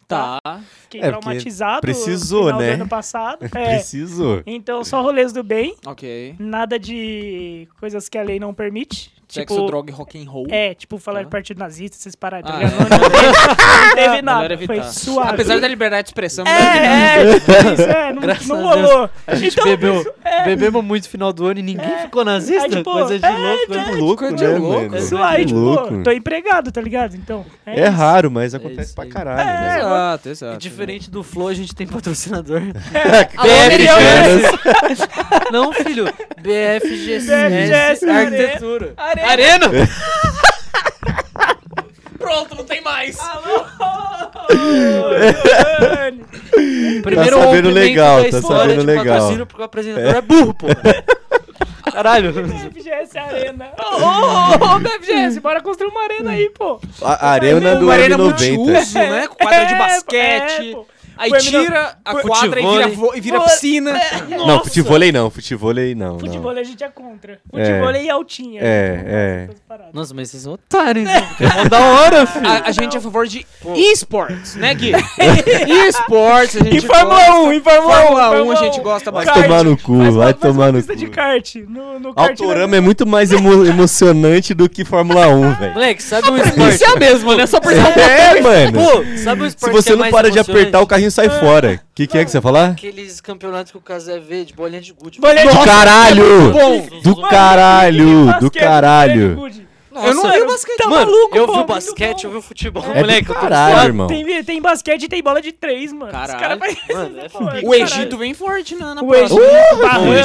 Speaker 3: Tá.
Speaker 2: Fiquei
Speaker 1: É, porque
Speaker 2: traumatizado.
Speaker 1: precisou,
Speaker 2: no final
Speaker 1: né?
Speaker 2: Do ano passado. É.
Speaker 1: Precisou.
Speaker 2: Então, só rolês do bem.
Speaker 3: Ok.
Speaker 2: Nada de coisas que a lei não permite.
Speaker 3: Sexo,
Speaker 2: Tipo,
Speaker 3: droga e rock and roll.
Speaker 2: É, tipo, falar
Speaker 3: Tá.
Speaker 2: de partido nazista, essas paradas. tá
Speaker 3: Ah,
Speaker 2: ligado?
Speaker 3: é.
Speaker 2: não, não teve- não teve
Speaker 3: Melhor
Speaker 2: nada.
Speaker 3: evitar.
Speaker 2: Foi suave.
Speaker 3: Apesar da liberdade de expressão, né?
Speaker 2: É, é, tipo isso, é, não,
Speaker 5: Graças
Speaker 2: não
Speaker 5: a Deus.
Speaker 2: rolou.
Speaker 5: A gente
Speaker 2: Então,
Speaker 5: bebeu,
Speaker 2: é.
Speaker 5: bebemos muito no final do ano e ninguém ficou nazista.
Speaker 2: É, tipo,
Speaker 5: coisa de
Speaker 2: é,
Speaker 5: louco. né?
Speaker 1: É louco,
Speaker 3: coisa de
Speaker 1: né,
Speaker 3: louco,
Speaker 1: mano?
Speaker 5: é
Speaker 2: Isso aí,
Speaker 1: Que
Speaker 2: tipo,
Speaker 1: louco.
Speaker 2: tô empregado, tá ligado? Então.
Speaker 1: É
Speaker 2: isso.
Speaker 1: raro, mas
Speaker 5: É isso
Speaker 1: acontece pra
Speaker 5: aí.
Speaker 1: caralho,
Speaker 3: É,
Speaker 1: né?
Speaker 3: exato, exato.
Speaker 5: E diferente do Flow, a gente tem patrocinador. é,
Speaker 1: Peras.
Speaker 5: Não, filho. BFGS.
Speaker 2: BFGS,
Speaker 5: Arquitetura.
Speaker 2: Arena.
Speaker 5: né? Arena.
Speaker 3: Pronto, não tem mais.
Speaker 2: Giovanni.
Speaker 5: Primeiro
Speaker 1: sabendo
Speaker 5: rompimento
Speaker 1: legal,
Speaker 5: da
Speaker 1: tá
Speaker 5: história
Speaker 1: sabendo
Speaker 5: de
Speaker 1: legal.
Speaker 5: patrocínio porque o apresentador é burro, pô. Caralho.
Speaker 2: FGS Arena. Ô, ô, ô, ô, FGS, bora construir uma arena aí, pô.
Speaker 1: A arena do
Speaker 3: Uma arena
Speaker 1: M90.
Speaker 3: multiuso, né? Com quadra de
Speaker 2: É,
Speaker 3: basquete.
Speaker 2: é, pô.
Speaker 3: Aí
Speaker 2: Foi a menina-
Speaker 3: tira a
Speaker 5: foi-
Speaker 3: quadra e vira,
Speaker 5: Futevôlei.
Speaker 3: vo- e vira
Speaker 2: Vo-
Speaker 3: piscina.
Speaker 1: Não, futevôlei não, futevôlei não.
Speaker 2: Futebol
Speaker 1: não.
Speaker 2: a gente é contra. Futebol e altinha. né?
Speaker 1: É, é.
Speaker 2: Essas paradas.
Speaker 5: Nossa, mas vocês são otários, hein? Porque é mó da hora, filho.
Speaker 3: A, a gente é a favor de esportes, né, Gui? esportes, a gente
Speaker 2: E Fórmula 1, e Fórmula 1.
Speaker 3: Fórmula 1 a gente gosta
Speaker 1: um, Vai
Speaker 3: bastante.
Speaker 1: tomar no cu,
Speaker 2: Faz uma-
Speaker 1: vai
Speaker 2: faz uma
Speaker 1: tomar no
Speaker 2: pista de
Speaker 1: cu.
Speaker 2: kart. No, no kart né?
Speaker 1: Autorama é muito mais emo- emocionante do que Fórmula 1, velho.
Speaker 5: Moleque, sabe um esporte... Isso é a mesma, né? Só por
Speaker 1: É, mano.
Speaker 5: Pô, sabe um esporte
Speaker 1: Se
Speaker 5: que é
Speaker 1: você não
Speaker 5: mais
Speaker 1: para de
Speaker 5: emocionante?
Speaker 1: apertar, o carrinho sai fora. O que, que é que você ia falar?
Speaker 5: Aqueles campeonatos que o Casé vê de bolinha de gude.
Speaker 2: Bolinha
Speaker 1: é Do
Speaker 2: Nossa,
Speaker 1: caralho!
Speaker 3: Bom,
Speaker 1: Do caralho! Do caralho!
Speaker 3: eu não
Speaker 5: um
Speaker 3: vi o
Speaker 2: basquete. Tá
Speaker 5: Mano,
Speaker 2: maluco,
Speaker 5: eu
Speaker 2: pô,
Speaker 5: vi o
Speaker 2: muito
Speaker 5: basquete,
Speaker 2: bom.
Speaker 5: eu vi o futebol,
Speaker 1: É
Speaker 5: moleque.
Speaker 1: do
Speaker 5: eu tô
Speaker 1: caralho, irmão.
Speaker 2: Tem, tem basquete e tem bola de três, mano. Os
Speaker 3: Caralho.
Speaker 2: caras fazem
Speaker 5: Mano, é
Speaker 2: essa
Speaker 5: foda.
Speaker 2: porra,
Speaker 3: O
Speaker 2: tá caralho.
Speaker 3: Egito vem forte
Speaker 5: né,
Speaker 3: na, na
Speaker 2: O
Speaker 3: próxima.
Speaker 2: Egito, é
Speaker 5: o Egito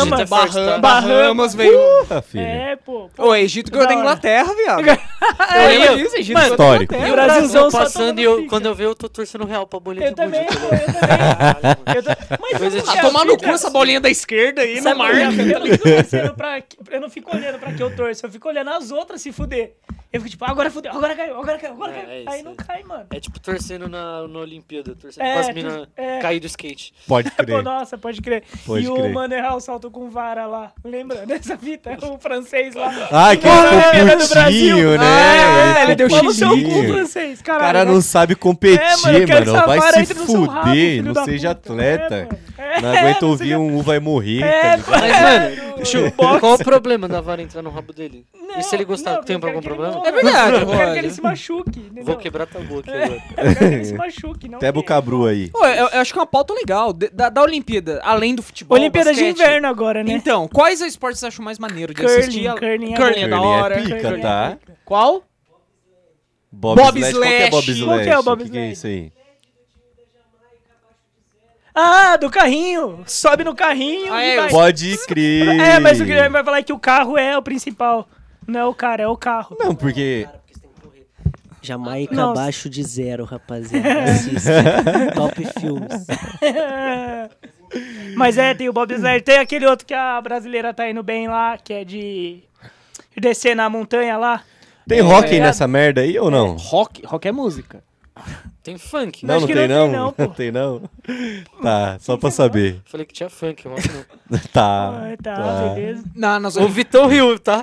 Speaker 2: Bahamas.
Speaker 5: é forte,
Speaker 3: Barra-
Speaker 5: tá?
Speaker 3: Bahamas veio.
Speaker 1: Porra, filho.
Speaker 2: É, pô. pô.
Speaker 3: O Egito ganhou da
Speaker 2: Da hora. É,
Speaker 3: Inglaterra, viado. Eu
Speaker 5: Aí,
Speaker 3: lembro
Speaker 5: ó,
Speaker 3: disso, Egito
Speaker 5: mano,
Speaker 3: ganhou da
Speaker 1: histórico.
Speaker 3: Inglaterra.
Speaker 2: E o Brasilzão só
Speaker 5: é passando
Speaker 2: tomando
Speaker 5: e eu,
Speaker 2: pica.
Speaker 5: quando eu ver, eu tô torcendo real pra bolinha
Speaker 2: Eu
Speaker 5: de gude.
Speaker 2: também,
Speaker 5: tá
Speaker 2: pô,
Speaker 5: ligado?
Speaker 2: eu também. Eu tô- Mas
Speaker 5: Coisa
Speaker 2: eu não
Speaker 5: de-
Speaker 3: Ah,
Speaker 2: sei,
Speaker 3: tomar
Speaker 2: eu
Speaker 3: no
Speaker 2: fico-
Speaker 3: cu essa bolinha da esquerda
Speaker 5: é
Speaker 3: aí no
Speaker 2: é, Sabe
Speaker 3: mar.
Speaker 2: por quê? Eu não fico torcendo pra... Eu não fico olhando pra que eu torço, eu fico olhando as outras se fuder. Eu fico tipo, agora fudeu, agora caiu, agora caiu, agora
Speaker 5: É,
Speaker 2: caiu.
Speaker 5: é isso
Speaker 2: Aí
Speaker 5: aí.
Speaker 2: não cai, mano.
Speaker 5: É tipo torcendo na, na Olimpíada, torcendo
Speaker 2: É,
Speaker 5: com as
Speaker 2: tu-
Speaker 5: minas
Speaker 2: é.
Speaker 5: cair do skate.
Speaker 1: Pode
Speaker 2: Pô,
Speaker 1: crer.
Speaker 2: nossa, pode crer.
Speaker 1: Pode
Speaker 2: e
Speaker 1: crer.
Speaker 2: o Manerhal saltou com vara lá. Lembra dessa fita? O francês lá.
Speaker 1: Ah, que
Speaker 2: Porra, era do
Speaker 1: putinho,
Speaker 2: Brasil. Ah,
Speaker 1: né?
Speaker 3: É, ele deu
Speaker 2: Fala um no seu
Speaker 1: xizinho.
Speaker 2: cu, francês,
Speaker 1: O
Speaker 2: caralho. né?
Speaker 1: cara não sabe competir,
Speaker 2: É, mano, eu
Speaker 1: mano.
Speaker 2: quero essa
Speaker 1: Vai
Speaker 2: vara,
Speaker 1: se
Speaker 2: entra no seu rabo,
Speaker 1: fuder,
Speaker 2: filho
Speaker 1: não
Speaker 2: da
Speaker 1: seja
Speaker 2: puta. É,
Speaker 1: atleta.
Speaker 2: mano. É,
Speaker 1: Não aguenta
Speaker 2: não
Speaker 1: ouvir
Speaker 2: seja-
Speaker 1: um U vai morrer, tá
Speaker 2: É,
Speaker 1: ligado?
Speaker 2: pô,
Speaker 5: Mas, mano,
Speaker 2: é,
Speaker 5: Chu, qual o problema da vara entrar no rabo dele?
Speaker 2: não,
Speaker 5: e se ele gostar,
Speaker 2: não,
Speaker 5: é tem
Speaker 2: eu quero
Speaker 5: algum
Speaker 2: que ele
Speaker 5: problema?
Speaker 2: morra.
Speaker 3: É verdade,
Speaker 2: Eu quero que
Speaker 3: olha.
Speaker 2: ele se machuque. entendeu?
Speaker 5: Vou quebrar tua boca
Speaker 2: É.
Speaker 5: agora.
Speaker 2: Eu quero que ele se machuque, não.
Speaker 1: Até
Speaker 2: que-
Speaker 1: Bucabru aí.
Speaker 3: Pô, eu, eu acho que é uma pauta legal. de- da, da Olimpíada, além do futebol.
Speaker 2: Olimpíada de
Speaker 3: basquete.
Speaker 2: inverno agora, né?
Speaker 3: Então, quais esportes você acham mais maneiro de
Speaker 2: Curling,
Speaker 3: assistir?
Speaker 2: curling é
Speaker 3: curling é
Speaker 1: Ele
Speaker 3: da
Speaker 1: é
Speaker 3: hora.
Speaker 1: pica,
Speaker 2: Curly
Speaker 1: tá?
Speaker 3: Qual?
Speaker 1: Bob,
Speaker 3: Bob
Speaker 1: Slash. Qual que é
Speaker 3: Slash?
Speaker 1: Bob Slash?
Speaker 2: Qual que é o Bob
Speaker 1: que, que é isso aí?
Speaker 2: Ah, do carrinho. Sobe no carrinho.
Speaker 3: Ah,
Speaker 2: e
Speaker 3: é,
Speaker 2: vai.
Speaker 1: Pode crer.
Speaker 2: É, mas o Guilherme vai falar que o carro é o principal. Não é o cara, é o carro.
Speaker 1: Não, porque...
Speaker 4: Jamaica
Speaker 2: Nossa.
Speaker 4: abaixo de zero, rapaziada. Assiste. Top filmes.
Speaker 2: É. mas é, tem o Bob Slayer. Tem aquele outro que a brasileira tá indo bem lá, que é de descer na montanha lá. É,
Speaker 1: Tem rock aí nessa merda aí ou não?
Speaker 3: Rock, rock é música.
Speaker 5: Tem funk.
Speaker 1: Não,
Speaker 2: Acho
Speaker 1: não
Speaker 2: que
Speaker 1: tem
Speaker 2: não tem
Speaker 1: não?
Speaker 2: não, pô.
Speaker 1: Não tem não? Tá, só pra saber.
Speaker 5: Falei que tinha funk, eu acho não.
Speaker 1: Tá.
Speaker 2: Ah, tá,
Speaker 1: tá.
Speaker 2: beleza.
Speaker 3: Na, nas
Speaker 5: O Vitão riu, tá?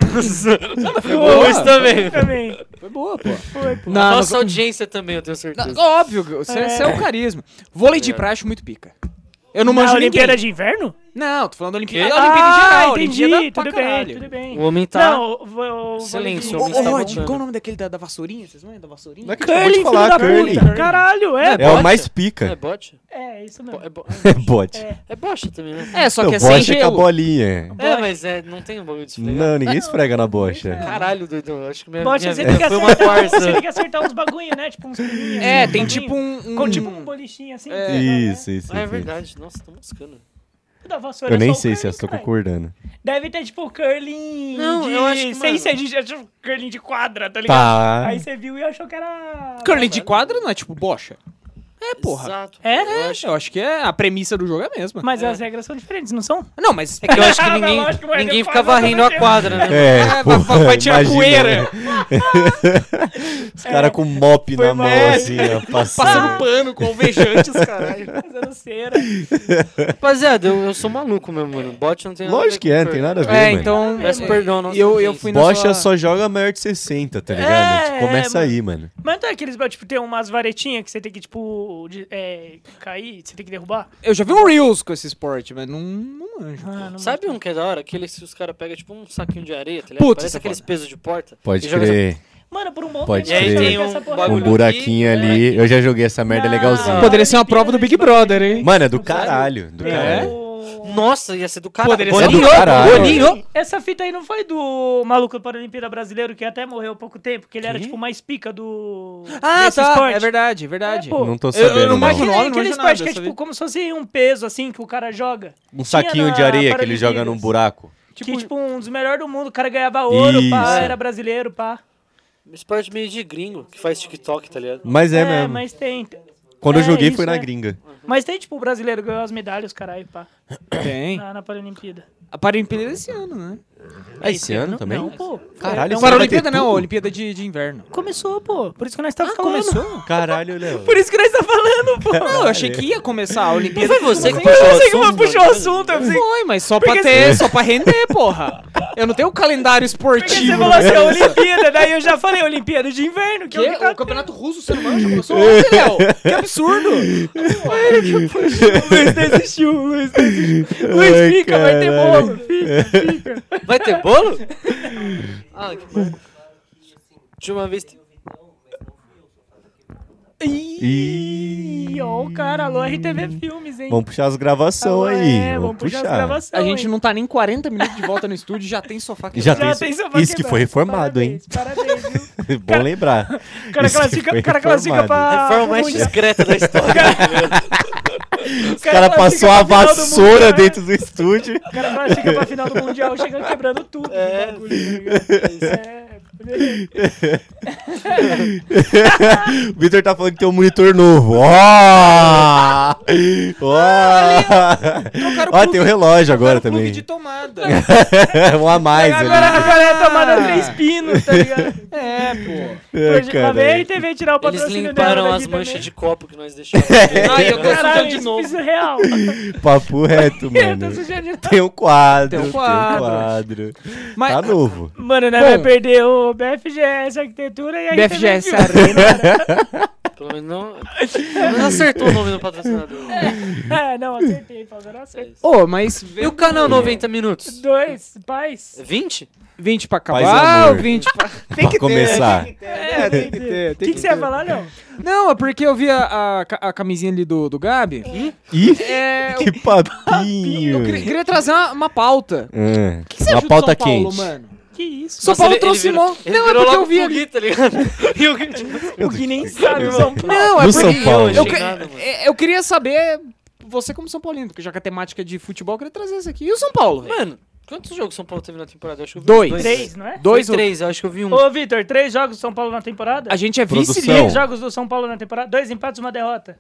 Speaker 5: Não, mas foi
Speaker 3: boa.
Speaker 5: também.
Speaker 2: Também.
Speaker 3: Foi boa, pô.
Speaker 2: Foi, pô.
Speaker 1: Ah,
Speaker 3: Na,
Speaker 5: Nossa audiência também, eu tenho certeza.
Speaker 3: nas- óbvio, você é. o carisma. Vôlei de
Speaker 5: É.
Speaker 3: praia acho muito pica. Eu não
Speaker 2: Na
Speaker 3: manjo ninguém.
Speaker 2: Olimpíada de Inverno?
Speaker 3: Não, tô falando da Olimpíada.
Speaker 5: Quê?
Speaker 3: Da Olimpíada em
Speaker 2: ah,
Speaker 3: geral.
Speaker 2: entendi.
Speaker 3: Olimpíada pra
Speaker 2: tudo
Speaker 3: caralho. tá
Speaker 2: bem, tudo bem.
Speaker 5: O homem tá...
Speaker 2: Não, o, o, o
Speaker 5: Silêncio,
Speaker 3: Ô,
Speaker 5: homem tá está
Speaker 3: ô, Rod,
Speaker 5: voltando.
Speaker 3: qual o nome daquele da, da vassourinha? Vocês lembram da vassourinha?
Speaker 1: Não é que eu acabei de
Speaker 2: Curly, filho
Speaker 1: falar,
Speaker 2: da
Speaker 1: Curly.
Speaker 2: puta. Caralho, é.
Speaker 1: É o mais
Speaker 5: É
Speaker 1: pica.
Speaker 5: bote?
Speaker 2: É, isso mesmo.
Speaker 5: É, bo...
Speaker 1: É bote.
Speaker 5: é bocha também, né?
Speaker 3: É, só
Speaker 1: Não,
Speaker 3: que é sem
Speaker 1: bocha com a
Speaker 3: gelo.
Speaker 1: bolinha.
Speaker 5: É, mas é, não tem um bagulho de esfregar.
Speaker 1: Não, ninguém esfrega na bocha.
Speaker 5: Caralho, doidão, eu acho
Speaker 3: É,
Speaker 5: que minha,
Speaker 2: Bote,
Speaker 5: minha
Speaker 2: você tem, que
Speaker 5: vida foi uma
Speaker 2: acertar,
Speaker 5: farsa.
Speaker 2: você tem que acertar uns bagulho, né? Tipo uns pininhos.
Speaker 3: É,
Speaker 2: uns
Speaker 3: tem
Speaker 2: bagulho.
Speaker 3: tipo um...
Speaker 2: Com
Speaker 3: um-
Speaker 2: tipo um bolichinho assim.
Speaker 3: É.
Speaker 1: Isso, isso,
Speaker 5: Ah, é
Speaker 1: isso.
Speaker 5: verdade, nossa, tô moscando.
Speaker 2: Da vassoura,
Speaker 1: Eu nem
Speaker 2: só o
Speaker 1: sei se é eu
Speaker 2: curling,
Speaker 1: estou
Speaker 2: caralho.
Speaker 1: concordando.
Speaker 2: Deve ter tipo curling
Speaker 5: Não,
Speaker 2: de...
Speaker 5: eu acho que,
Speaker 2: Sem
Speaker 5: mano-
Speaker 2: ser de... é tipo curling de quadra, tá ligado?
Speaker 1: Tá.
Speaker 2: Aí você viu e achou que era...
Speaker 3: Curling de quadra não é tipo bocha? É, porra.
Speaker 5: Exato.
Speaker 2: É?
Speaker 5: Eu acho,
Speaker 3: Eu acho que é a premissa do jogo é a mesma.
Speaker 2: Mas as regras são diferentes, não são?
Speaker 3: Não, mas
Speaker 5: é que eu acho que
Speaker 2: Ah,
Speaker 5: ninguém,
Speaker 2: mas lógico, mas
Speaker 5: ninguém
Speaker 2: eu
Speaker 5: fica
Speaker 2: falo, mas
Speaker 5: varrendo
Speaker 2: eu
Speaker 5: a
Speaker 2: não
Speaker 5: quadra, né?
Speaker 1: É,
Speaker 3: vai-
Speaker 1: porra,
Speaker 3: vai tirar
Speaker 1: imagina,
Speaker 3: poeira.
Speaker 1: né? Os caras com mop na mão,
Speaker 3: mais.
Speaker 1: assim, ó,
Speaker 3: passando
Speaker 2: Ah.
Speaker 3: um
Speaker 1: passando.
Speaker 3: pano com alvejantes, caralho.
Speaker 2: Fazendo cera.
Speaker 5: Rapaziada, eu, eu sou maluco mesmo, mano. Bote não tem nada
Speaker 1: Lógico que é, não tem nada a ver,
Speaker 3: É,
Speaker 1: mano.
Speaker 3: então.
Speaker 5: Peço perdão, não
Speaker 3: Eu, eu fui na
Speaker 1: Bocha
Speaker 3: sua-
Speaker 1: só joga maior de 60, tá ligado?
Speaker 2: É,
Speaker 1: Tipo, começa
Speaker 2: é,
Speaker 1: aí, mano.
Speaker 2: Mas não tem aqueles, tipo, tem umas varetinhas que você tem que, tipo, de- é, cair, você tem que derrubar?
Speaker 3: Eu já vi um Reels com esse esporte, mas não, não manjo.
Speaker 2: Ah, não
Speaker 5: Sabe um que é da hora? Aquele que os caras pegam tipo um saquinho de areia, tá ligado?
Speaker 3: Putz,
Speaker 5: Parece
Speaker 3: isso é
Speaker 5: aqueles
Speaker 3: foda.
Speaker 5: pesos de porta.
Speaker 1: Pode
Speaker 5: e joga essa-
Speaker 1: crer.
Speaker 2: Mano, por um bom
Speaker 1: Pode
Speaker 2: tempo
Speaker 1: crer.
Speaker 2: eu achava
Speaker 1: E aí
Speaker 2: que
Speaker 5: tem
Speaker 2: essa
Speaker 5: um
Speaker 2: porra- Ah,
Speaker 1: Um
Speaker 5: bagulho
Speaker 1: buraquinho
Speaker 3: né?
Speaker 5: aqui,
Speaker 1: ali. Eu já joguei essa merda
Speaker 2: Não.
Speaker 1: legalzinha.
Speaker 3: Poderia ser uma prova do Big Brother, hein?
Speaker 1: Mano, é do caralho. Do
Speaker 3: É?
Speaker 1: caralho.
Speaker 5: assim, Nossa, ia ser do caralho.
Speaker 3: Poderia
Speaker 1: É
Speaker 3: ser
Speaker 1: do
Speaker 5: Bolinho,
Speaker 1: caralho.
Speaker 5: bolinho.
Speaker 2: Essa fita aí não foi do maluco para Olimpíada brasileiro que até morreu há pouco tempo, que ele era tipo mais pica do
Speaker 3: Ah,
Speaker 2: desse
Speaker 3: tá.
Speaker 2: esporte.
Speaker 3: É verdade, é verdade.
Speaker 2: É, pô.
Speaker 1: Não tô
Speaker 3: Eu- eu
Speaker 1: sabendo,
Speaker 3: não
Speaker 1: não.
Speaker 3: imagino-
Speaker 2: Aquele,
Speaker 3: nome, não
Speaker 2: aquele
Speaker 3: manjo
Speaker 2: esporte
Speaker 3: nada,
Speaker 2: que é
Speaker 3: sabia?
Speaker 2: tipo como se fosse um peso assim que o cara joga.
Speaker 1: Um saquinho de
Speaker 2: na
Speaker 1: areia que ele
Speaker 2: Paralimpíadas.
Speaker 1: joga num buraco.
Speaker 2: Tipo, que tipo um dos melhores do mundo, o cara ganhava ouro, pá,
Speaker 1: Isso.
Speaker 2: era brasileiro, pá.
Speaker 5: Esporte meio de gringo, que faz TikTok, tá ligado?
Speaker 1: Mas é, mesmo.
Speaker 2: mas tem.
Speaker 1: Quando eu
Speaker 2: é
Speaker 1: joguei
Speaker 2: isso,
Speaker 1: foi na
Speaker 2: é.
Speaker 1: gringa.
Speaker 2: Mas tem tipo o brasileiro que ganhou as medalhas, caralho, pá,
Speaker 3: Tem.
Speaker 2: na, na Paralimpíada.
Speaker 3: A Paralimpíada desse ano, né?
Speaker 1: Ah, esse ano também?
Speaker 2: Não, pô.
Speaker 1: Caralho,
Speaker 3: Não,
Speaker 1: esse ano vai ter
Speaker 3: Paralimpíada não,
Speaker 1: tudo?
Speaker 3: Olimpíada de, de Inverno.
Speaker 2: Começou, pô. Por isso que nós
Speaker 1: Ah,
Speaker 2: tá falando.
Speaker 3: Começou?
Speaker 1: Caralho, Léo.
Speaker 2: Por isso que nós tá falando, pô.
Speaker 3: Não, eu achei que ia começar a Olimpíada.
Speaker 5: Foi você que
Speaker 2: Eu
Speaker 5: puxou o
Speaker 2: sei que
Speaker 5: assunto?
Speaker 2: puxou o assunto. Eu pensei
Speaker 3: Foi, mas só
Speaker 2: Porque
Speaker 3: pra ter, assim- só pra render, porra. Eu não tenho calendário
Speaker 2: porque você
Speaker 3: esportivo.
Speaker 2: falou assim, a Olimpíada. Daí eu já falei Olimpíada de Inverno. Que,
Speaker 3: Que?
Speaker 2: é o que tá
Speaker 3: O campeonato russo, você não manja? Começou ontem, Léo. Que absurdo.
Speaker 2: O Luiz desistiu, o Luiz desistiu. Luiz,
Speaker 1: Ai,
Speaker 2: fica, vai ter
Speaker 1: caralho.
Speaker 2: bolo. Fica, fica.
Speaker 5: Vai ter bolo? ah, que bom. De uma vez.
Speaker 1: Ih.
Speaker 2: Ih, ó, o cara, alô, RTV Filmes, hein?
Speaker 1: Vamos puxar as gravações
Speaker 2: Alô,
Speaker 1: aí.
Speaker 2: é, vamos puxar as gravações.
Speaker 3: A gente não tá nem 40 minutos de volta no estúdio e já tem sofá que
Speaker 1: Já
Speaker 2: Já
Speaker 1: tem
Speaker 2: tem
Speaker 1: isso-
Speaker 2: sofá
Speaker 1: isso que foi reformado, hein?
Speaker 2: Parabéns, parabéns, viu?
Speaker 1: Bom lembrar.
Speaker 2: O cara
Speaker 1: Isso que
Speaker 2: classifica,
Speaker 1: foi
Speaker 2: o cara classifica
Speaker 1: reformado.
Speaker 2: pra...
Speaker 5: Reforma mais discreta da história. tá
Speaker 2: Os
Speaker 1: O cara passou a vassoura dentro do estúdio.
Speaker 2: O cara classifica pra final do Mundial, chega quebrando tudo. É. Bagulho, tá ligado? é.
Speaker 1: O Vitor tá falando que tem um monitor novo. Ó! Ó!
Speaker 3: Trocaram o
Speaker 1: Ó,
Speaker 3: plug-
Speaker 1: tem o relógio agora
Speaker 3: trocaram o plug
Speaker 1: também.
Speaker 3: de tomada.
Speaker 1: um a mais
Speaker 2: Agora,
Speaker 1: ali.
Speaker 2: agora é tomada três pinos, tá ligado?
Speaker 3: É, pô.
Speaker 1: É,
Speaker 2: Hoje, lá vem a RTV tirar o
Speaker 5: Eles
Speaker 2: patrocínio
Speaker 5: limparam
Speaker 2: dela
Speaker 5: as
Speaker 2: daqui
Speaker 5: manchas
Speaker 2: também.
Speaker 5: de copo que nós deixamos.
Speaker 3: Ai, eu tô
Speaker 2: Caralho,
Speaker 3: sujando de
Speaker 2: isso
Speaker 3: novo.
Speaker 2: isso é real.
Speaker 1: Papo reto,
Speaker 2: Eu tô
Speaker 1: mano.
Speaker 2: sujando de novo.
Speaker 1: Tem um quadro.
Speaker 3: Tem
Speaker 1: Tem
Speaker 3: um
Speaker 1: um
Speaker 3: quadro.
Speaker 1: quadro.
Speaker 3: Mas,
Speaker 1: Tá novo.
Speaker 2: Mano, nós
Speaker 3: Bom.
Speaker 2: vai perder o BFGS Arquitetura e a RTV
Speaker 3: BFGS
Speaker 2: Filmes.
Speaker 3: Arena.
Speaker 5: Pelo menos não. Pelo menos acertou o nome do patrocinador.
Speaker 2: É, não, acertei, Paulo, eu não acertei.
Speaker 3: Ô, mas
Speaker 5: E o canal 90 minutos?
Speaker 2: Dois, pais.
Speaker 5: 20?
Speaker 3: 20 pra
Speaker 1: Paz e
Speaker 3: acabar ou
Speaker 1: amor.
Speaker 3: 20 pra...
Speaker 1: Pra começar.
Speaker 2: É,
Speaker 3: tem que ter,
Speaker 2: O
Speaker 3: tem
Speaker 2: que,
Speaker 3: que
Speaker 2: que você ia falar, Léo?
Speaker 3: Não, é porque eu vi a, a, ca- a camisinha ali do, do Gabi.
Speaker 1: Ih,
Speaker 3: É, eu
Speaker 1: que papinho.
Speaker 3: queria- queria trazer uma, uma pauta.
Speaker 1: Hum,
Speaker 3: O que, que você
Speaker 1: uma
Speaker 3: achou
Speaker 1: pauta
Speaker 3: de São Paulo,
Speaker 1: quente.
Speaker 3: mano?
Speaker 2: Que isso?
Speaker 3: São Paulo
Speaker 5: ele- ele
Speaker 3: trouxe
Speaker 5: virou-
Speaker 3: mó-
Speaker 5: ele
Speaker 3: Não, é
Speaker 5: virou
Speaker 3: porque eu
Speaker 5: logo
Speaker 3: vi
Speaker 5: o
Speaker 3: ali.
Speaker 5: Gui, tá ligado? E o Gui, tipo,
Speaker 2: O Gui nem sabe, o São Paulo.
Speaker 3: Não, é
Speaker 1: No
Speaker 3: porque
Speaker 1: São Paulo.
Speaker 3: Eu,
Speaker 5: Não
Speaker 3: que-
Speaker 5: achei nada, mano.
Speaker 3: é- eu queria saber, você como São Paulino, porque já que a temática é de futebol, eu queria trazer isso aqui. E o São Paulo? velho?
Speaker 5: Mano, quantos jogos São Paulo teve na temporada? Eu acho que eu vi
Speaker 3: Dois.
Speaker 2: Três, não é?
Speaker 3: Dois,
Speaker 5: Dois,
Speaker 3: ou-
Speaker 5: três, eu acho que eu vi um.
Speaker 2: Ô, Vitor, três jogos do São Paulo na temporada?
Speaker 3: A gente é
Speaker 1: Produção.
Speaker 3: vice-líder.
Speaker 2: Três jogos do São Paulo na temporada? Dois empates, uma derrota.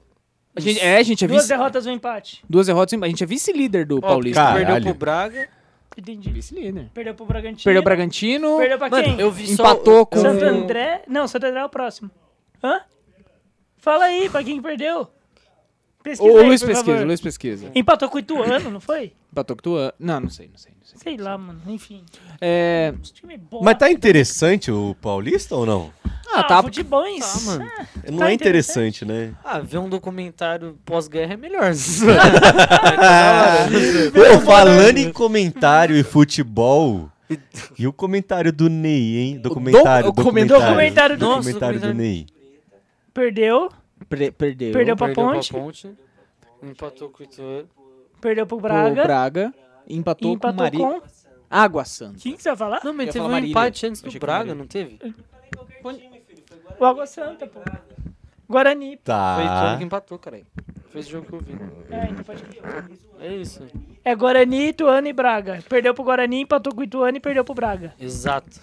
Speaker 3: A gente- É, a gente é
Speaker 2: Duas
Speaker 3: vice...
Speaker 2: derrotas, um empate.
Speaker 3: Duas derrotas, a gente é vice-líder do
Speaker 5: Ó,
Speaker 3: Paulista.
Speaker 1: cara.
Speaker 5: Perdeu
Speaker 1: Caralho.
Speaker 5: pro Braga.
Speaker 2: Entendi.
Speaker 3: Vice-líder.
Speaker 2: Perdeu pro Bragantino.
Speaker 3: Perdeu o Bragantino,
Speaker 2: Perdeu pra
Speaker 5: Mano,
Speaker 2: quem?
Speaker 5: eu vi só...
Speaker 3: empatou com...
Speaker 2: Santo André? Não, Santo André é o próximo. Hã? Fala aí, pra quem que perdeu. Pesquisa
Speaker 3: O
Speaker 2: aí,
Speaker 3: Luiz
Speaker 2: por
Speaker 3: Pesquisa,
Speaker 2: favor.
Speaker 3: o Luiz Pesquisa.
Speaker 2: Empatou com o Ituano, não foi?
Speaker 3: Empatou com o Tuan. Não, não sei, não sei. Não sei.
Speaker 2: Sei lá, mano. Enfim.
Speaker 3: É...
Speaker 2: Esse time é bom.
Speaker 1: Mas tá interessante o Paulista ou não?
Speaker 3: Ah, tá...
Speaker 2: Futebol, tá,
Speaker 5: mano.
Speaker 1: Não
Speaker 2: Tá
Speaker 1: é interessante, né?
Speaker 5: Ah, ver um documentário pós-guerra é melhor.
Speaker 1: Pô, falando em comentário e futebol. E o comentário do Ney, hein? Documentário,
Speaker 3: o comen-
Speaker 1: documentário.
Speaker 2: documentário do-
Speaker 1: Nossa,
Speaker 5: Nossa,
Speaker 1: documentário do Ney.
Speaker 2: Perdeu.
Speaker 3: Per- perdeu.
Speaker 2: Perdeu pra
Speaker 5: Perdeu
Speaker 2: Ponte.
Speaker 5: pra Ponte. Empatou com o Ituano.
Speaker 2: Perdeu pro
Speaker 3: Pro Braga.
Speaker 2: Braga. e
Speaker 3: Empatou, com
Speaker 2: empatou
Speaker 3: Mari...
Speaker 2: com...
Speaker 3: Água Santa.
Speaker 2: Quem que você vai falar?
Speaker 5: Não,
Speaker 3: Eu ia
Speaker 5: mas teve
Speaker 3: falar
Speaker 5: um
Speaker 3: Marília.
Speaker 5: empate antes do
Speaker 3: Achei que era
Speaker 5: Braga,
Speaker 3: Marília.
Speaker 5: não teve? Foi
Speaker 2: O Água Santa, pô. Guarani.
Speaker 5: o Ituano
Speaker 1: Tá.
Speaker 5: que empatou, caralho. Foi esse jogo que eu vi.
Speaker 2: É, então pode crer.
Speaker 5: É isso.
Speaker 2: É Guarani, Ituano e Braga. Perdeu pro Guarani, empatou com o Ituano e perdeu pro Braga.
Speaker 5: Exato.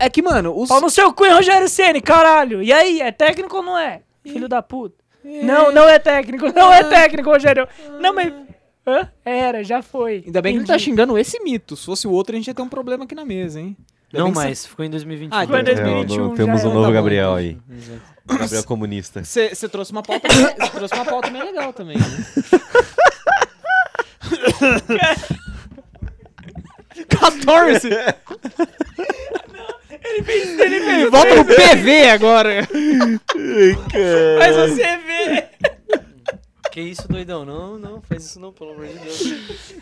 Speaker 3: É que, mano, os...
Speaker 2: Pau no seu cu, hein, Rogério Ceni, caralho. E aí, é técnico ou não é? Filho da puta. Não, não é técnico, não é técnico, Rogério. Não, mas. Hã? Era, já foi.
Speaker 3: Ainda bem que não tá
Speaker 2: Entendi.
Speaker 3: xingando esse mito. Se fosse o outro, a gente ia ter um problema aqui na mesa, hein? Ainda
Speaker 5: Não
Speaker 3: bem que
Speaker 5: mais, ficou em 2021.
Speaker 3: Ah,
Speaker 2: Foi em
Speaker 3: Então,
Speaker 2: 2021.
Speaker 1: não, temos
Speaker 2: já
Speaker 1: um
Speaker 2: era.
Speaker 1: novo
Speaker 3: bom,
Speaker 1: Gabriel aí. Gabriel comunista.
Speaker 3: Você você trouxe uma pauta, você trouxe uma pauta bem legal também. Né?
Speaker 2: Ele fez-
Speaker 3: Volta no PV agora.
Speaker 2: Mas você vê.
Speaker 5: Que isso, doidão? Não, não, faz isso não, pelo amor de Deus.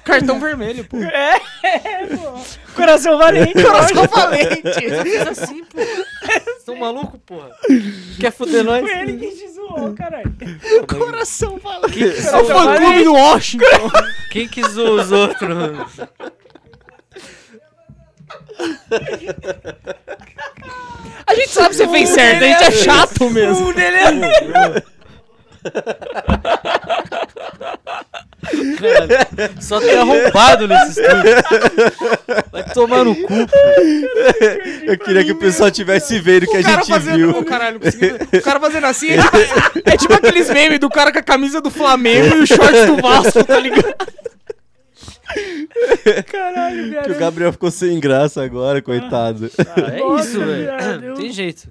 Speaker 3: Cartão vermelho, pô.
Speaker 2: É, é, pô. Coração valente. Coração
Speaker 5: Vocês assim, pô. Vocês tão tá um maluco, porra? Quer foder nós?
Speaker 2: Foi ele que te zoou, caralho.
Speaker 3: Coração falando.
Speaker 5: Quem
Speaker 3: É
Speaker 5: que
Speaker 3: o
Speaker 5: zoou,
Speaker 3: fã-clube do Washington.
Speaker 5: quem que zoou os outros? mano?
Speaker 3: A gente sabe que você fez certo, a gente é chato mesmo.
Speaker 2: O dele é
Speaker 5: Caralho, Só tem arrombado nesse estúdio. Vai tomar no cu.
Speaker 1: Eu queria que o pessoal tivesse vendo o que a gente viu.
Speaker 3: Ô, caralho, consegui- o cara fazendo assim é tipo, é tipo aqueles memes do cara com a camisa do Flamengo e o short do Vasco, tá ligado?
Speaker 2: Caralho,
Speaker 1: Que
Speaker 2: viado.
Speaker 1: o Gabriel ficou sem graça agora, coitado.
Speaker 5: Ah, é
Speaker 2: Nossa,
Speaker 5: isso,
Speaker 2: viado,
Speaker 5: velho.
Speaker 2: eu-
Speaker 5: Tem jeito.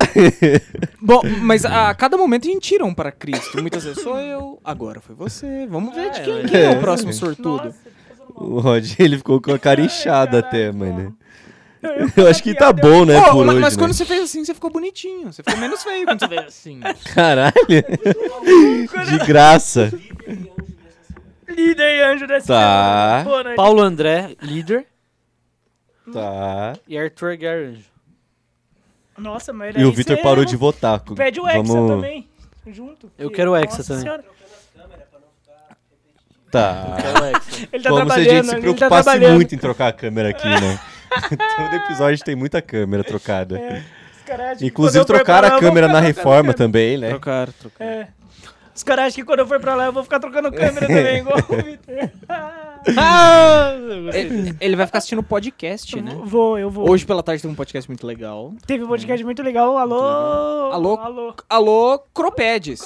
Speaker 3: Bom, mas a, a cada momento a gente tira um para Cristo. Muitas vezes sou eu, agora foi você. Vamos ver de
Speaker 5: É,
Speaker 3: quem,
Speaker 5: mas-
Speaker 3: quem é,
Speaker 1: É.
Speaker 3: o próximo sortudo.
Speaker 2: Nossa, tô passando mal.
Speaker 1: O Rod, ele ficou com a cara inchada
Speaker 2: Ai,
Speaker 1: até,
Speaker 2: caralho,
Speaker 1: mano.
Speaker 2: Eu- eu-
Speaker 1: Eu acho que tá bom, né,
Speaker 3: Pô,
Speaker 1: por
Speaker 3: mas,
Speaker 1: hoje,
Speaker 3: mas
Speaker 1: né?
Speaker 3: quando você fez assim, você ficou bonitinho. Você ficou menos feio quando você fez assim.
Speaker 1: Caralho. De graça.
Speaker 2: Líder e anjo dessa
Speaker 1: Tá.
Speaker 2: semana. né? Boa noite.
Speaker 5: Paulo André, líder,
Speaker 1: Tá.
Speaker 5: e Arthur Aguiar, anjo.
Speaker 2: Nossa, mas
Speaker 1: E o Vitor parou de votar. co-
Speaker 2: Pede o Hexa
Speaker 1: Vamos-
Speaker 2: também. Junto.
Speaker 5: Eu
Speaker 2: que-
Speaker 5: quero o Hexa
Speaker 2: Nossa
Speaker 5: também.
Speaker 2: Senhora.
Speaker 1: Tá.
Speaker 2: Ele tá
Speaker 1: Como se a
Speaker 2: trabalhando,
Speaker 1: gente se
Speaker 2: ele tá
Speaker 1: preocupasse
Speaker 2: trabalhando.
Speaker 1: muito em trocar a câmera aqui, né? Todo episódio tem muita câmera trocada.
Speaker 2: Os caras acham que
Speaker 1: Inclusive
Speaker 2: É. quando eu for
Speaker 1: trocaram
Speaker 2: pra
Speaker 1: a
Speaker 2: lá, eu vou
Speaker 1: câmera
Speaker 2: ficar
Speaker 1: na
Speaker 2: trocando
Speaker 1: reforma
Speaker 2: câmera.
Speaker 1: também, né?
Speaker 3: Trocar, trocar.
Speaker 2: É. Os caras acham que quando eu for pra lá eu vou ficar trocando câmera também, igual o Vitor.
Speaker 3: Ah! Ele, ele vai ficar assistindo podcast, né?
Speaker 2: vou, eu vou.
Speaker 3: Hoje pela tarde teve um podcast muito legal.
Speaker 2: Teve um podcast muito legal. Alô!
Speaker 3: Alô?
Speaker 2: Alô!
Speaker 3: Alô, Cropedes.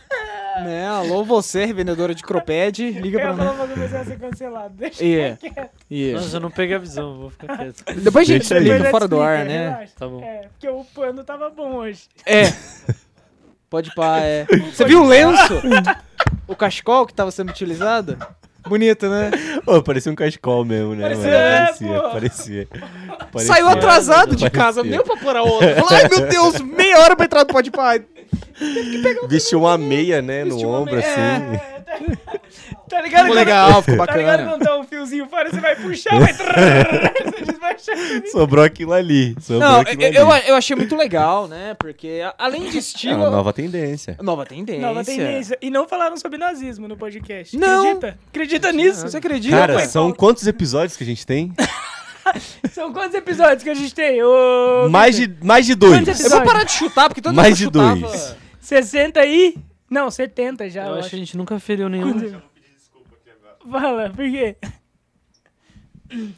Speaker 3: né? Alô, você, revendedora de Croped, liga pra
Speaker 2: Eu
Speaker 3: nós.
Speaker 2: vou começar a ser cancelado. Deixa
Speaker 3: Yeah. Yeah.
Speaker 5: Nossa, eu não peguei a visão, vou ficar quieto.
Speaker 3: Depois a gente
Speaker 1: Deixa aí.
Speaker 3: explica
Speaker 1: Depois
Speaker 3: fora do
Speaker 2: explica,
Speaker 3: ar, né?
Speaker 2: relaxa.
Speaker 5: Tá bom.
Speaker 2: É, porque o pano tava bom hoje.
Speaker 3: É. Pode pá, é. Você viu o lenço? o cachecol que tava sendo utilizado? Bonito, né?
Speaker 1: Ô, parecia um cachecol mesmo, né? mano?
Speaker 2: Parecia, é, pô.
Speaker 1: parecia, parecia. né?
Speaker 3: Saiu atrasado de
Speaker 1: Parecia.
Speaker 3: casa, nem pra pôr a outra. Falou, ai meu Deus, meia hora pra entrar no Pode Pá.
Speaker 1: Vestiu uma meia, né? No
Speaker 3: uma
Speaker 1: ombro,
Speaker 3: meia.
Speaker 1: assim.
Speaker 2: Tá ligado?
Speaker 3: Ficou
Speaker 2: quando-
Speaker 3: legal, ficou
Speaker 2: Tá ligado
Speaker 3: bacana.
Speaker 2: quando dá um fiozinho fora, você vai puxar, vai... trrr, você desmancha.
Speaker 1: Sobrou aquilo ali. Sobrou
Speaker 3: Não,
Speaker 1: aquilo
Speaker 3: eu,
Speaker 1: ali.
Speaker 3: eu, eu achei muito legal, né? Porque a- além de
Speaker 1: É
Speaker 3: estilo.
Speaker 1: uma nova tendência.
Speaker 3: Nova tendência.
Speaker 2: Nova tendência. E não falaram sobre nazismo no podcast.
Speaker 3: Não.
Speaker 2: Acredita? Acredita nisso?
Speaker 3: Você acredita?
Speaker 1: Cara,
Speaker 3: Foi-
Speaker 1: são quantos episódios que a gente tem?
Speaker 2: São quantos episódios que a gente tem? Ô,
Speaker 1: mais, de, mais de dois.
Speaker 2: Quantos
Speaker 3: eu vou parar de chutar, porque todo
Speaker 1: Mais
Speaker 3: mundo
Speaker 1: de
Speaker 3: chutava.
Speaker 1: dois.
Speaker 2: 60 e... Não, 70 já, eu,
Speaker 5: Eu acho
Speaker 2: acho.
Speaker 5: que a gente nunca feriu nenhum.
Speaker 2: Fala, por quê?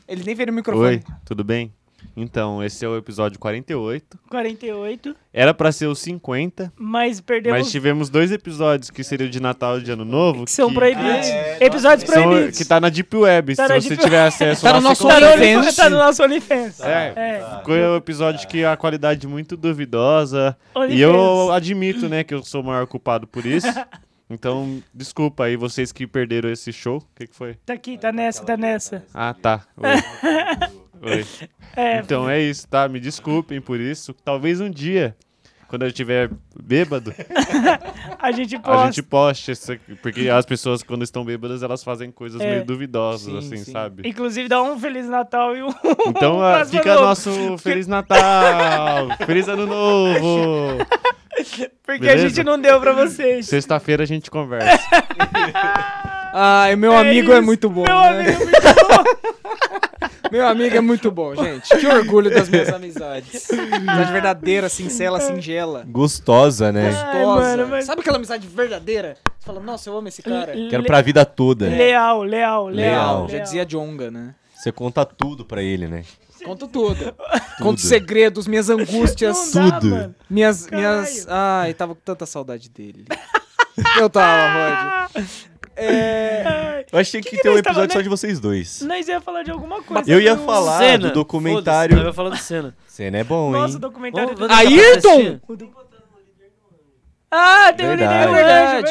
Speaker 3: Ele nem veio no microfone.
Speaker 6: Oi, tudo bem? Então, esse é o episódio 48.
Speaker 2: 48,
Speaker 6: Era pra ser o 50,
Speaker 2: mas perdemos...
Speaker 6: mas tivemos dois episódios que seriam de Natal e de Ano Novo.
Speaker 2: que são proibidos. É,
Speaker 6: que-
Speaker 3: É,
Speaker 2: Episódios
Speaker 6: que são-
Speaker 2: proibidos.
Speaker 6: que tá na Deep Web.
Speaker 2: Tá
Speaker 6: se
Speaker 2: na
Speaker 6: você
Speaker 2: Deep-
Speaker 6: tiver acesso
Speaker 3: Tá
Speaker 6: lá,
Speaker 3: no nosso
Speaker 6: você
Speaker 2: Tá no,
Speaker 3: OnlyFans.
Speaker 2: OnlyFans, tá no nosso OnlyFans.
Speaker 6: É,
Speaker 2: É.
Speaker 6: Foi o episódio que a qualidade é muito duvidosa.
Speaker 2: OnlyFans.
Speaker 6: E eu admito, né, que eu sou o maior culpado por isso. Então, desculpa aí vocês que perderam esse show. O que, que foi?
Speaker 2: Tá aqui, tá nessa, tá nessa.
Speaker 6: Ah, tá. Oi. Oi.
Speaker 2: É,
Speaker 6: Então é isso, tá? Me desculpem por isso. Talvez um dia, quando eu estiver bêbado,
Speaker 2: a gente
Speaker 6: a
Speaker 2: posta.
Speaker 6: gente poste isso aqui, Porque as pessoas, quando estão bêbadas, elas fazem coisas
Speaker 2: É.
Speaker 6: meio duvidosas,
Speaker 3: Sim,
Speaker 6: assim,
Speaker 3: sim.
Speaker 6: sabe?
Speaker 2: Inclusive, dá um Feliz Natal e um.
Speaker 6: Então
Speaker 2: um
Speaker 6: ah,
Speaker 2: próximo
Speaker 6: fica
Speaker 2: ano novo.
Speaker 6: nosso Feliz Natal! Feliz Ano Novo!
Speaker 2: Porque a
Speaker 6: beleza?
Speaker 2: gente não deu pra vocês.
Speaker 6: Sexta-feira a gente conversa.
Speaker 3: Ai, meu amigo é
Speaker 2: isso.
Speaker 3: muito bom.
Speaker 2: Meu
Speaker 3: né?
Speaker 2: amigo, é muito bom.
Speaker 3: Meu amigo é muito bom, gente. Que orgulho das minhas amizades. Amizade verdadeira, sincera, singela.
Speaker 1: Gostosa, né?
Speaker 2: Ai,
Speaker 3: gostosa.
Speaker 2: mano, mas-
Speaker 3: Sabe aquela amizade verdadeira? Você fala, nossa, eu amo esse cara.
Speaker 1: Quero pra vida toda. né?
Speaker 2: Leal, leal, leal.
Speaker 1: Leal.
Speaker 3: Já dizia Jonga, né?
Speaker 1: Você conta tudo pra ele, né?
Speaker 3: Conto tudo. Conto segredos, minhas angústias,
Speaker 2: Não dá,
Speaker 1: tudo.
Speaker 2: mano.
Speaker 3: minhas,
Speaker 2: Caralho.
Speaker 3: minhas... Ai, tava com tanta saudade dele. Eu tava, Rod. É...
Speaker 2: Ai,
Speaker 1: Eu achei que,
Speaker 2: que
Speaker 1: tem um
Speaker 2: nós tava,
Speaker 1: episódio só
Speaker 2: né?
Speaker 1: de vocês dois.
Speaker 2: nós ia falar de alguma coisa.
Speaker 1: Eu ia
Speaker 2: do-
Speaker 1: falar do documentário.
Speaker 5: Eu ia falar do cena.
Speaker 1: Cena é bom,
Speaker 2: Nossa, o
Speaker 1: hein?
Speaker 2: documentário.
Speaker 5: Vamos-
Speaker 2: do-
Speaker 3: Ayrton!
Speaker 2: Ah, tem o
Speaker 1: Verdade.
Speaker 2: líder, é verdade,
Speaker 3: Verdade.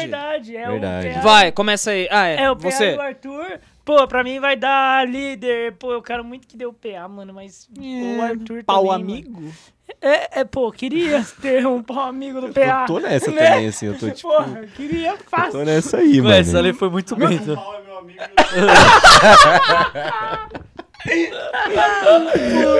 Speaker 2: verdade. É
Speaker 1: Verdade.
Speaker 2: O PA.
Speaker 3: Vai, começa aí. Ah, é,
Speaker 2: É, o PA
Speaker 3: você.
Speaker 2: do Arthur. Pô, pra mim vai dar líder. Pô, eu quero muito que dê o PA, mano, mas o Arthur
Speaker 3: Pau
Speaker 2: também, mano.
Speaker 3: amigo?
Speaker 2: É, é, pô, queria ter um pau amigo do PA.
Speaker 1: Eu tô nessa
Speaker 2: né?
Speaker 1: também, assim. Eu tô tipo.
Speaker 2: Porra, queria
Speaker 1: Tô
Speaker 2: fácil.
Speaker 1: nessa aí,
Speaker 5: Ué, essa
Speaker 1: mano.
Speaker 5: ali foi muito bem, né?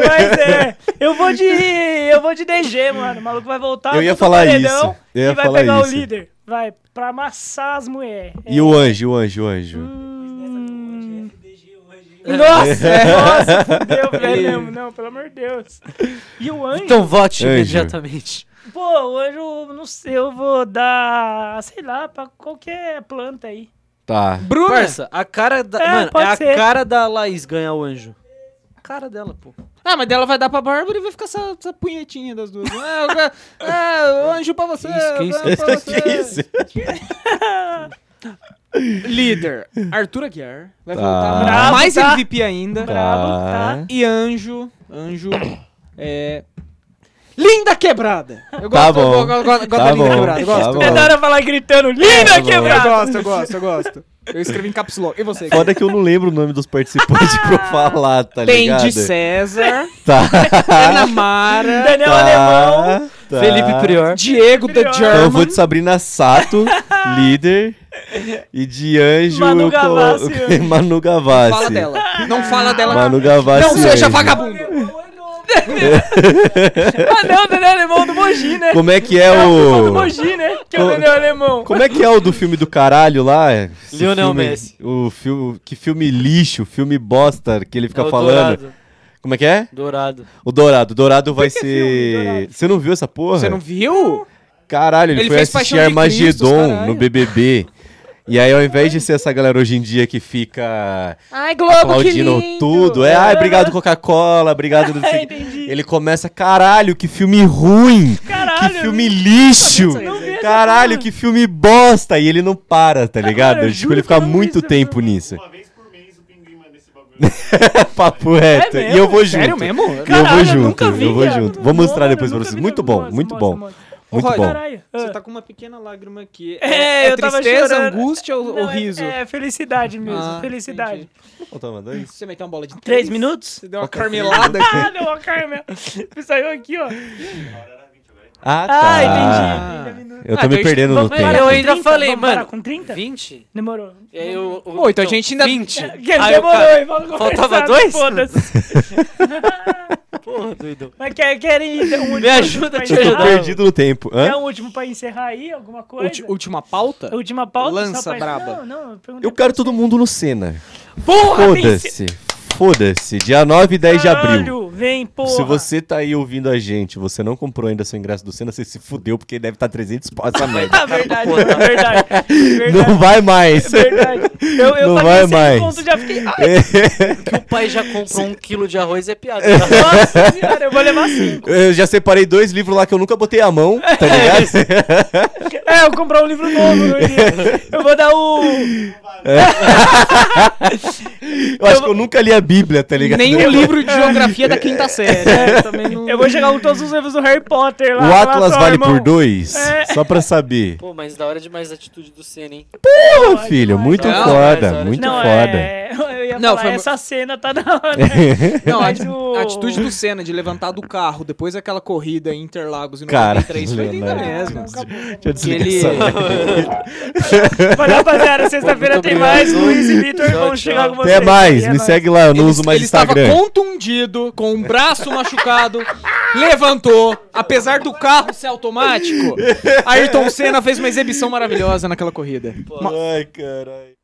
Speaker 2: Mas é, eu vou de. Eu vou de DG, mano. O maluco vai voltar
Speaker 1: Eu ia
Speaker 2: pro
Speaker 1: falar
Speaker 2: paredão
Speaker 1: isso. Eu ia
Speaker 2: e vai
Speaker 1: falar
Speaker 2: pegar
Speaker 1: isso.
Speaker 2: o líder. Vai, pra amassar as É mulheres.
Speaker 1: E o anjo, o anjo, o anjo.
Speaker 2: Hum. Nossa, nossa, fudeu, velho mesmo. Não, pelo amor de Deus. E o anjo,
Speaker 5: Então vote
Speaker 1: Anjo.
Speaker 5: imediatamente.
Speaker 2: pô, o anjo, não sei, eu vou dar, sei lá, pra qualquer planta aí.
Speaker 1: Tá.
Speaker 3: Bruna!
Speaker 5: Parça, a cara da.
Speaker 2: É,
Speaker 5: mano, é
Speaker 2: pode
Speaker 5: a
Speaker 2: ser.
Speaker 5: cara da Laís ganhar o anjo. A cara dela, pô.
Speaker 3: Ah, mas dela vai dar pra Bárbara e vai ficar essa, essa punhetinha das duas. Ah, eu quero- ah, eu anjo pra você.
Speaker 5: Que isso, que
Speaker 3: eu
Speaker 5: isso,
Speaker 3: quero pra
Speaker 1: Que
Speaker 3: você.
Speaker 1: isso?
Speaker 3: Líder, Arthur Aguiar. Vai
Speaker 1: Tá.
Speaker 3: voltar
Speaker 2: Bravo,
Speaker 3: mais
Speaker 2: tá?
Speaker 3: MVP ainda.
Speaker 2: Brabo, tá?
Speaker 3: E Anjo. Anjo. É. Linda quebrada! Eu gosto,
Speaker 1: Tá bom.
Speaker 3: eu gosto, eu gosto- eu gosto
Speaker 1: Tá
Speaker 3: da linda
Speaker 1: bom,
Speaker 3: quebrada. Eu
Speaker 1: tá
Speaker 3: gosto.
Speaker 1: bom.
Speaker 2: É da hora falar gritando, linda
Speaker 1: Tá bom.
Speaker 3: Eu
Speaker 2: quebrada!
Speaker 3: gosto, eu gosto, eu gosto. Eu escrevi em caps lock. E você? Gui?
Speaker 1: Foda que eu não lembro o nome dos participantes pra eu falar, tá
Speaker 3: Tem
Speaker 1: ligado?
Speaker 3: de César,
Speaker 1: Tá,
Speaker 3: Ana Mara,
Speaker 2: Daniel é Alemão.
Speaker 1: tá, tá.
Speaker 5: Felipe Prior.
Speaker 3: Diego The
Speaker 1: Então eu vou
Speaker 3: German.
Speaker 1: de Sabrina Sato, líder. E de anjo
Speaker 2: Manu
Speaker 1: eu
Speaker 2: Gavassi,
Speaker 1: coloquei Manu Gavassi.
Speaker 3: Fala dela. Assim. Não fala assim, dela.
Speaker 1: Manu Gavassi.
Speaker 3: Não seja
Speaker 1: anjo.
Speaker 3: vagabundo.
Speaker 2: Ah, não, Daniel Alemão do Mogi, né?
Speaker 1: Como é que é
Speaker 2: Pessoal do
Speaker 1: o.
Speaker 2: Mogi, né? Que é o
Speaker 1: Co-
Speaker 2: Daniel Alemão.
Speaker 1: Como é que é o do filme do caralho lá? Esse
Speaker 5: Lionel
Speaker 1: filme-
Speaker 5: Messi.
Speaker 1: O filme, que filme lixo, filme bosta que ele fica
Speaker 5: É o
Speaker 1: falando.
Speaker 5: Dourado.
Speaker 1: Como é que é?
Speaker 5: Dourado.
Speaker 1: O Dourado. O Dourado vai ser. Você não viu essa porra?
Speaker 3: Você não viu?
Speaker 1: Caralho, ele,
Speaker 3: Ele
Speaker 1: foi
Speaker 3: fez
Speaker 1: assistir
Speaker 3: Paixão de Cristo,
Speaker 1: Armagedon
Speaker 3: caralho.
Speaker 1: no BBB. E aí, ao invés de ser essa galera hoje em dia que fica
Speaker 2: Ai, Globo, que
Speaker 1: aplaudindo
Speaker 2: lindo.
Speaker 1: tudo, é, ai, obrigado Coca-Cola, obrigado. não sei o quê.
Speaker 2: Entendi.
Speaker 1: ele começa, caralho, que filme ruim,
Speaker 2: Caralho.
Speaker 1: que filme lixo,
Speaker 2: eu não vi essa
Speaker 1: caralho,
Speaker 2: porra.
Speaker 1: que filme bosta. E ele não para, tá ligado?
Speaker 2: eu
Speaker 1: tipo,
Speaker 2: juro
Speaker 1: ele
Speaker 2: que eu
Speaker 1: fica
Speaker 2: não vi
Speaker 1: muito
Speaker 2: essa
Speaker 1: tempo
Speaker 2: porra.
Speaker 1: nisso.
Speaker 6: Uma vez por mês o pinguim manda esse bagulho.
Speaker 1: Papo reto.
Speaker 2: É
Speaker 1: e eu vou junto.
Speaker 3: Sério mesmo?
Speaker 1: E eu vou
Speaker 2: Caralho,
Speaker 1: junto,
Speaker 2: nunca vi,
Speaker 1: eu vou
Speaker 2: cara.
Speaker 1: junto. Vou mostrar
Speaker 2: Mano,
Speaker 1: depois pra
Speaker 2: nunca
Speaker 1: vocês.
Speaker 2: vi
Speaker 1: Muito
Speaker 2: negócio.
Speaker 1: bom,
Speaker 2: Mostra,
Speaker 1: muito
Speaker 2: mostra,
Speaker 1: bom,
Speaker 2: mostra.
Speaker 1: muito
Speaker 3: Roger,
Speaker 1: bom.
Speaker 2: Caralho.
Speaker 3: Você
Speaker 2: ah.
Speaker 3: tá com uma pequena lágrima aqui.
Speaker 2: É, eu tava
Speaker 3: tristeza,
Speaker 2: chorando.
Speaker 3: angústia ou, ou
Speaker 2: Não, é-
Speaker 3: riso?
Speaker 2: É, felicidade mesmo,
Speaker 3: Ah,
Speaker 2: felicidade.
Speaker 1: Faltava dois.
Speaker 3: Você meteu uma bola de
Speaker 2: Três minutos?
Speaker 3: Você deu uma carmelada aqui.
Speaker 2: Ah, deu uma carne. Saiu aqui, ó.
Speaker 1: Ah, tá.
Speaker 2: Ah, entendi.
Speaker 1: Eu
Speaker 5: Ah,
Speaker 1: tô me
Speaker 5: então
Speaker 1: perdendo
Speaker 5: isso-
Speaker 1: no
Speaker 5: Não,
Speaker 1: tempo.
Speaker 5: Cara, eu ainda
Speaker 2: Vamos
Speaker 5: falei,
Speaker 2: parar
Speaker 5: mano.
Speaker 2: com 30?
Speaker 5: 20?
Speaker 2: Demorou.
Speaker 5: E aí eu- eu-
Speaker 3: Pô, então a gente ainda-
Speaker 5: 20.
Speaker 2: Que ele
Speaker 5: Aí o
Speaker 2: demorou,
Speaker 5: cara-
Speaker 2: hein? Vamos
Speaker 5: Faltava
Speaker 2: conversar,
Speaker 5: dois?
Speaker 2: Foda-se.
Speaker 5: Porra, doidão.
Speaker 2: Mas quer- querem ir um último
Speaker 5: Me ajuda a
Speaker 2: pra
Speaker 5: te
Speaker 1: Eu tô
Speaker 5: ajudar.
Speaker 1: perdido no tempo.
Speaker 2: É
Speaker 1: Hã?
Speaker 2: um último pra encerrar aí, alguma coisa?
Speaker 3: Ulti- é. última pauta?
Speaker 2: Última pauta?
Speaker 3: Lança
Speaker 2: só pra-
Speaker 3: braba.
Speaker 2: Não, não, eu perguntei.
Speaker 1: Eu quero todo mundo no Senna.
Speaker 2: Porra, vem-
Speaker 1: Foda-se. Foda-se. Dia 9 e 10 de abril.
Speaker 2: Caralho, Vem, porra.
Speaker 1: Se você tá aí ouvindo a gente, você não comprou ainda seu ingresso do Senna, você se fudeu porque deve estar 300 pau essa merda.
Speaker 2: Ah, verdade, verdade. É Verdade. É
Speaker 1: Não vai mais.
Speaker 2: Verdade. Eu, eu
Speaker 1: Não
Speaker 2: paguei
Speaker 1: vai
Speaker 2: cem
Speaker 1: mais.
Speaker 2: conto, já fiquei. Ai,
Speaker 5: Que o pai já comprou um quilo de arroz é piada.
Speaker 2: nossa senhora, eu vou levar cinco.
Speaker 1: Eu já separei dois livros lá que eu nunca botei a mão, tá ligado?
Speaker 2: É, eu comprar um livro novo. meu dia. Eu vou dar o.
Speaker 1: Eu acho que eu nunca li a Bíblia, tá ligado?
Speaker 3: Nem o livro de geografia da quinta série. Eu É, também não...
Speaker 2: Eu vou jogar com todos os livros do Harry Potter
Speaker 1: O
Speaker 2: lá. lá
Speaker 1: Atlas
Speaker 2: só,
Speaker 1: vale
Speaker 2: irmão.
Speaker 1: por dois?
Speaker 2: É.
Speaker 1: Só pra saber.
Speaker 5: Pô, mas da hora demais a atitude do Senna, hein?
Speaker 1: Pô, filho, muito
Speaker 5: Não, mas
Speaker 1: foda,
Speaker 5: olha,
Speaker 1: muito
Speaker 2: Não,
Speaker 1: foda.
Speaker 2: é. Eu ia
Speaker 3: Não,
Speaker 2: falar,
Speaker 3: foi-
Speaker 2: essa cena tá da hora. né?
Speaker 3: Não, a,
Speaker 2: Mas o-
Speaker 3: a atitude do Senna de levantar do carro depois daquela corrida em Interlagos em
Speaker 1: Cara,
Speaker 3: 93 foi linda
Speaker 1: Leonardo.
Speaker 3: mesmo.
Speaker 1: Deixa eu desligar
Speaker 3: Ele-
Speaker 1: essa merda.
Speaker 2: Valeu, rapaziada. Sexta-feira
Speaker 5: Muito
Speaker 2: tem
Speaker 5: obrigado.
Speaker 2: mais. Luiz e Vitor
Speaker 5: Tchau,
Speaker 2: vão chegar
Speaker 5: tchau.
Speaker 2: com vocês.
Speaker 1: Até mais,
Speaker 2: E é
Speaker 1: me
Speaker 2: nóis.
Speaker 1: segue lá, eu não
Speaker 3: ele
Speaker 1: uso mais
Speaker 3: ele
Speaker 1: Instagram.
Speaker 3: estava contundido, com um braço machucado, levantou, apesar do carro ser automático. Ayrton Senna fez uma exibição maravilhosa naquela corrida.
Speaker 1: Ai, caralho.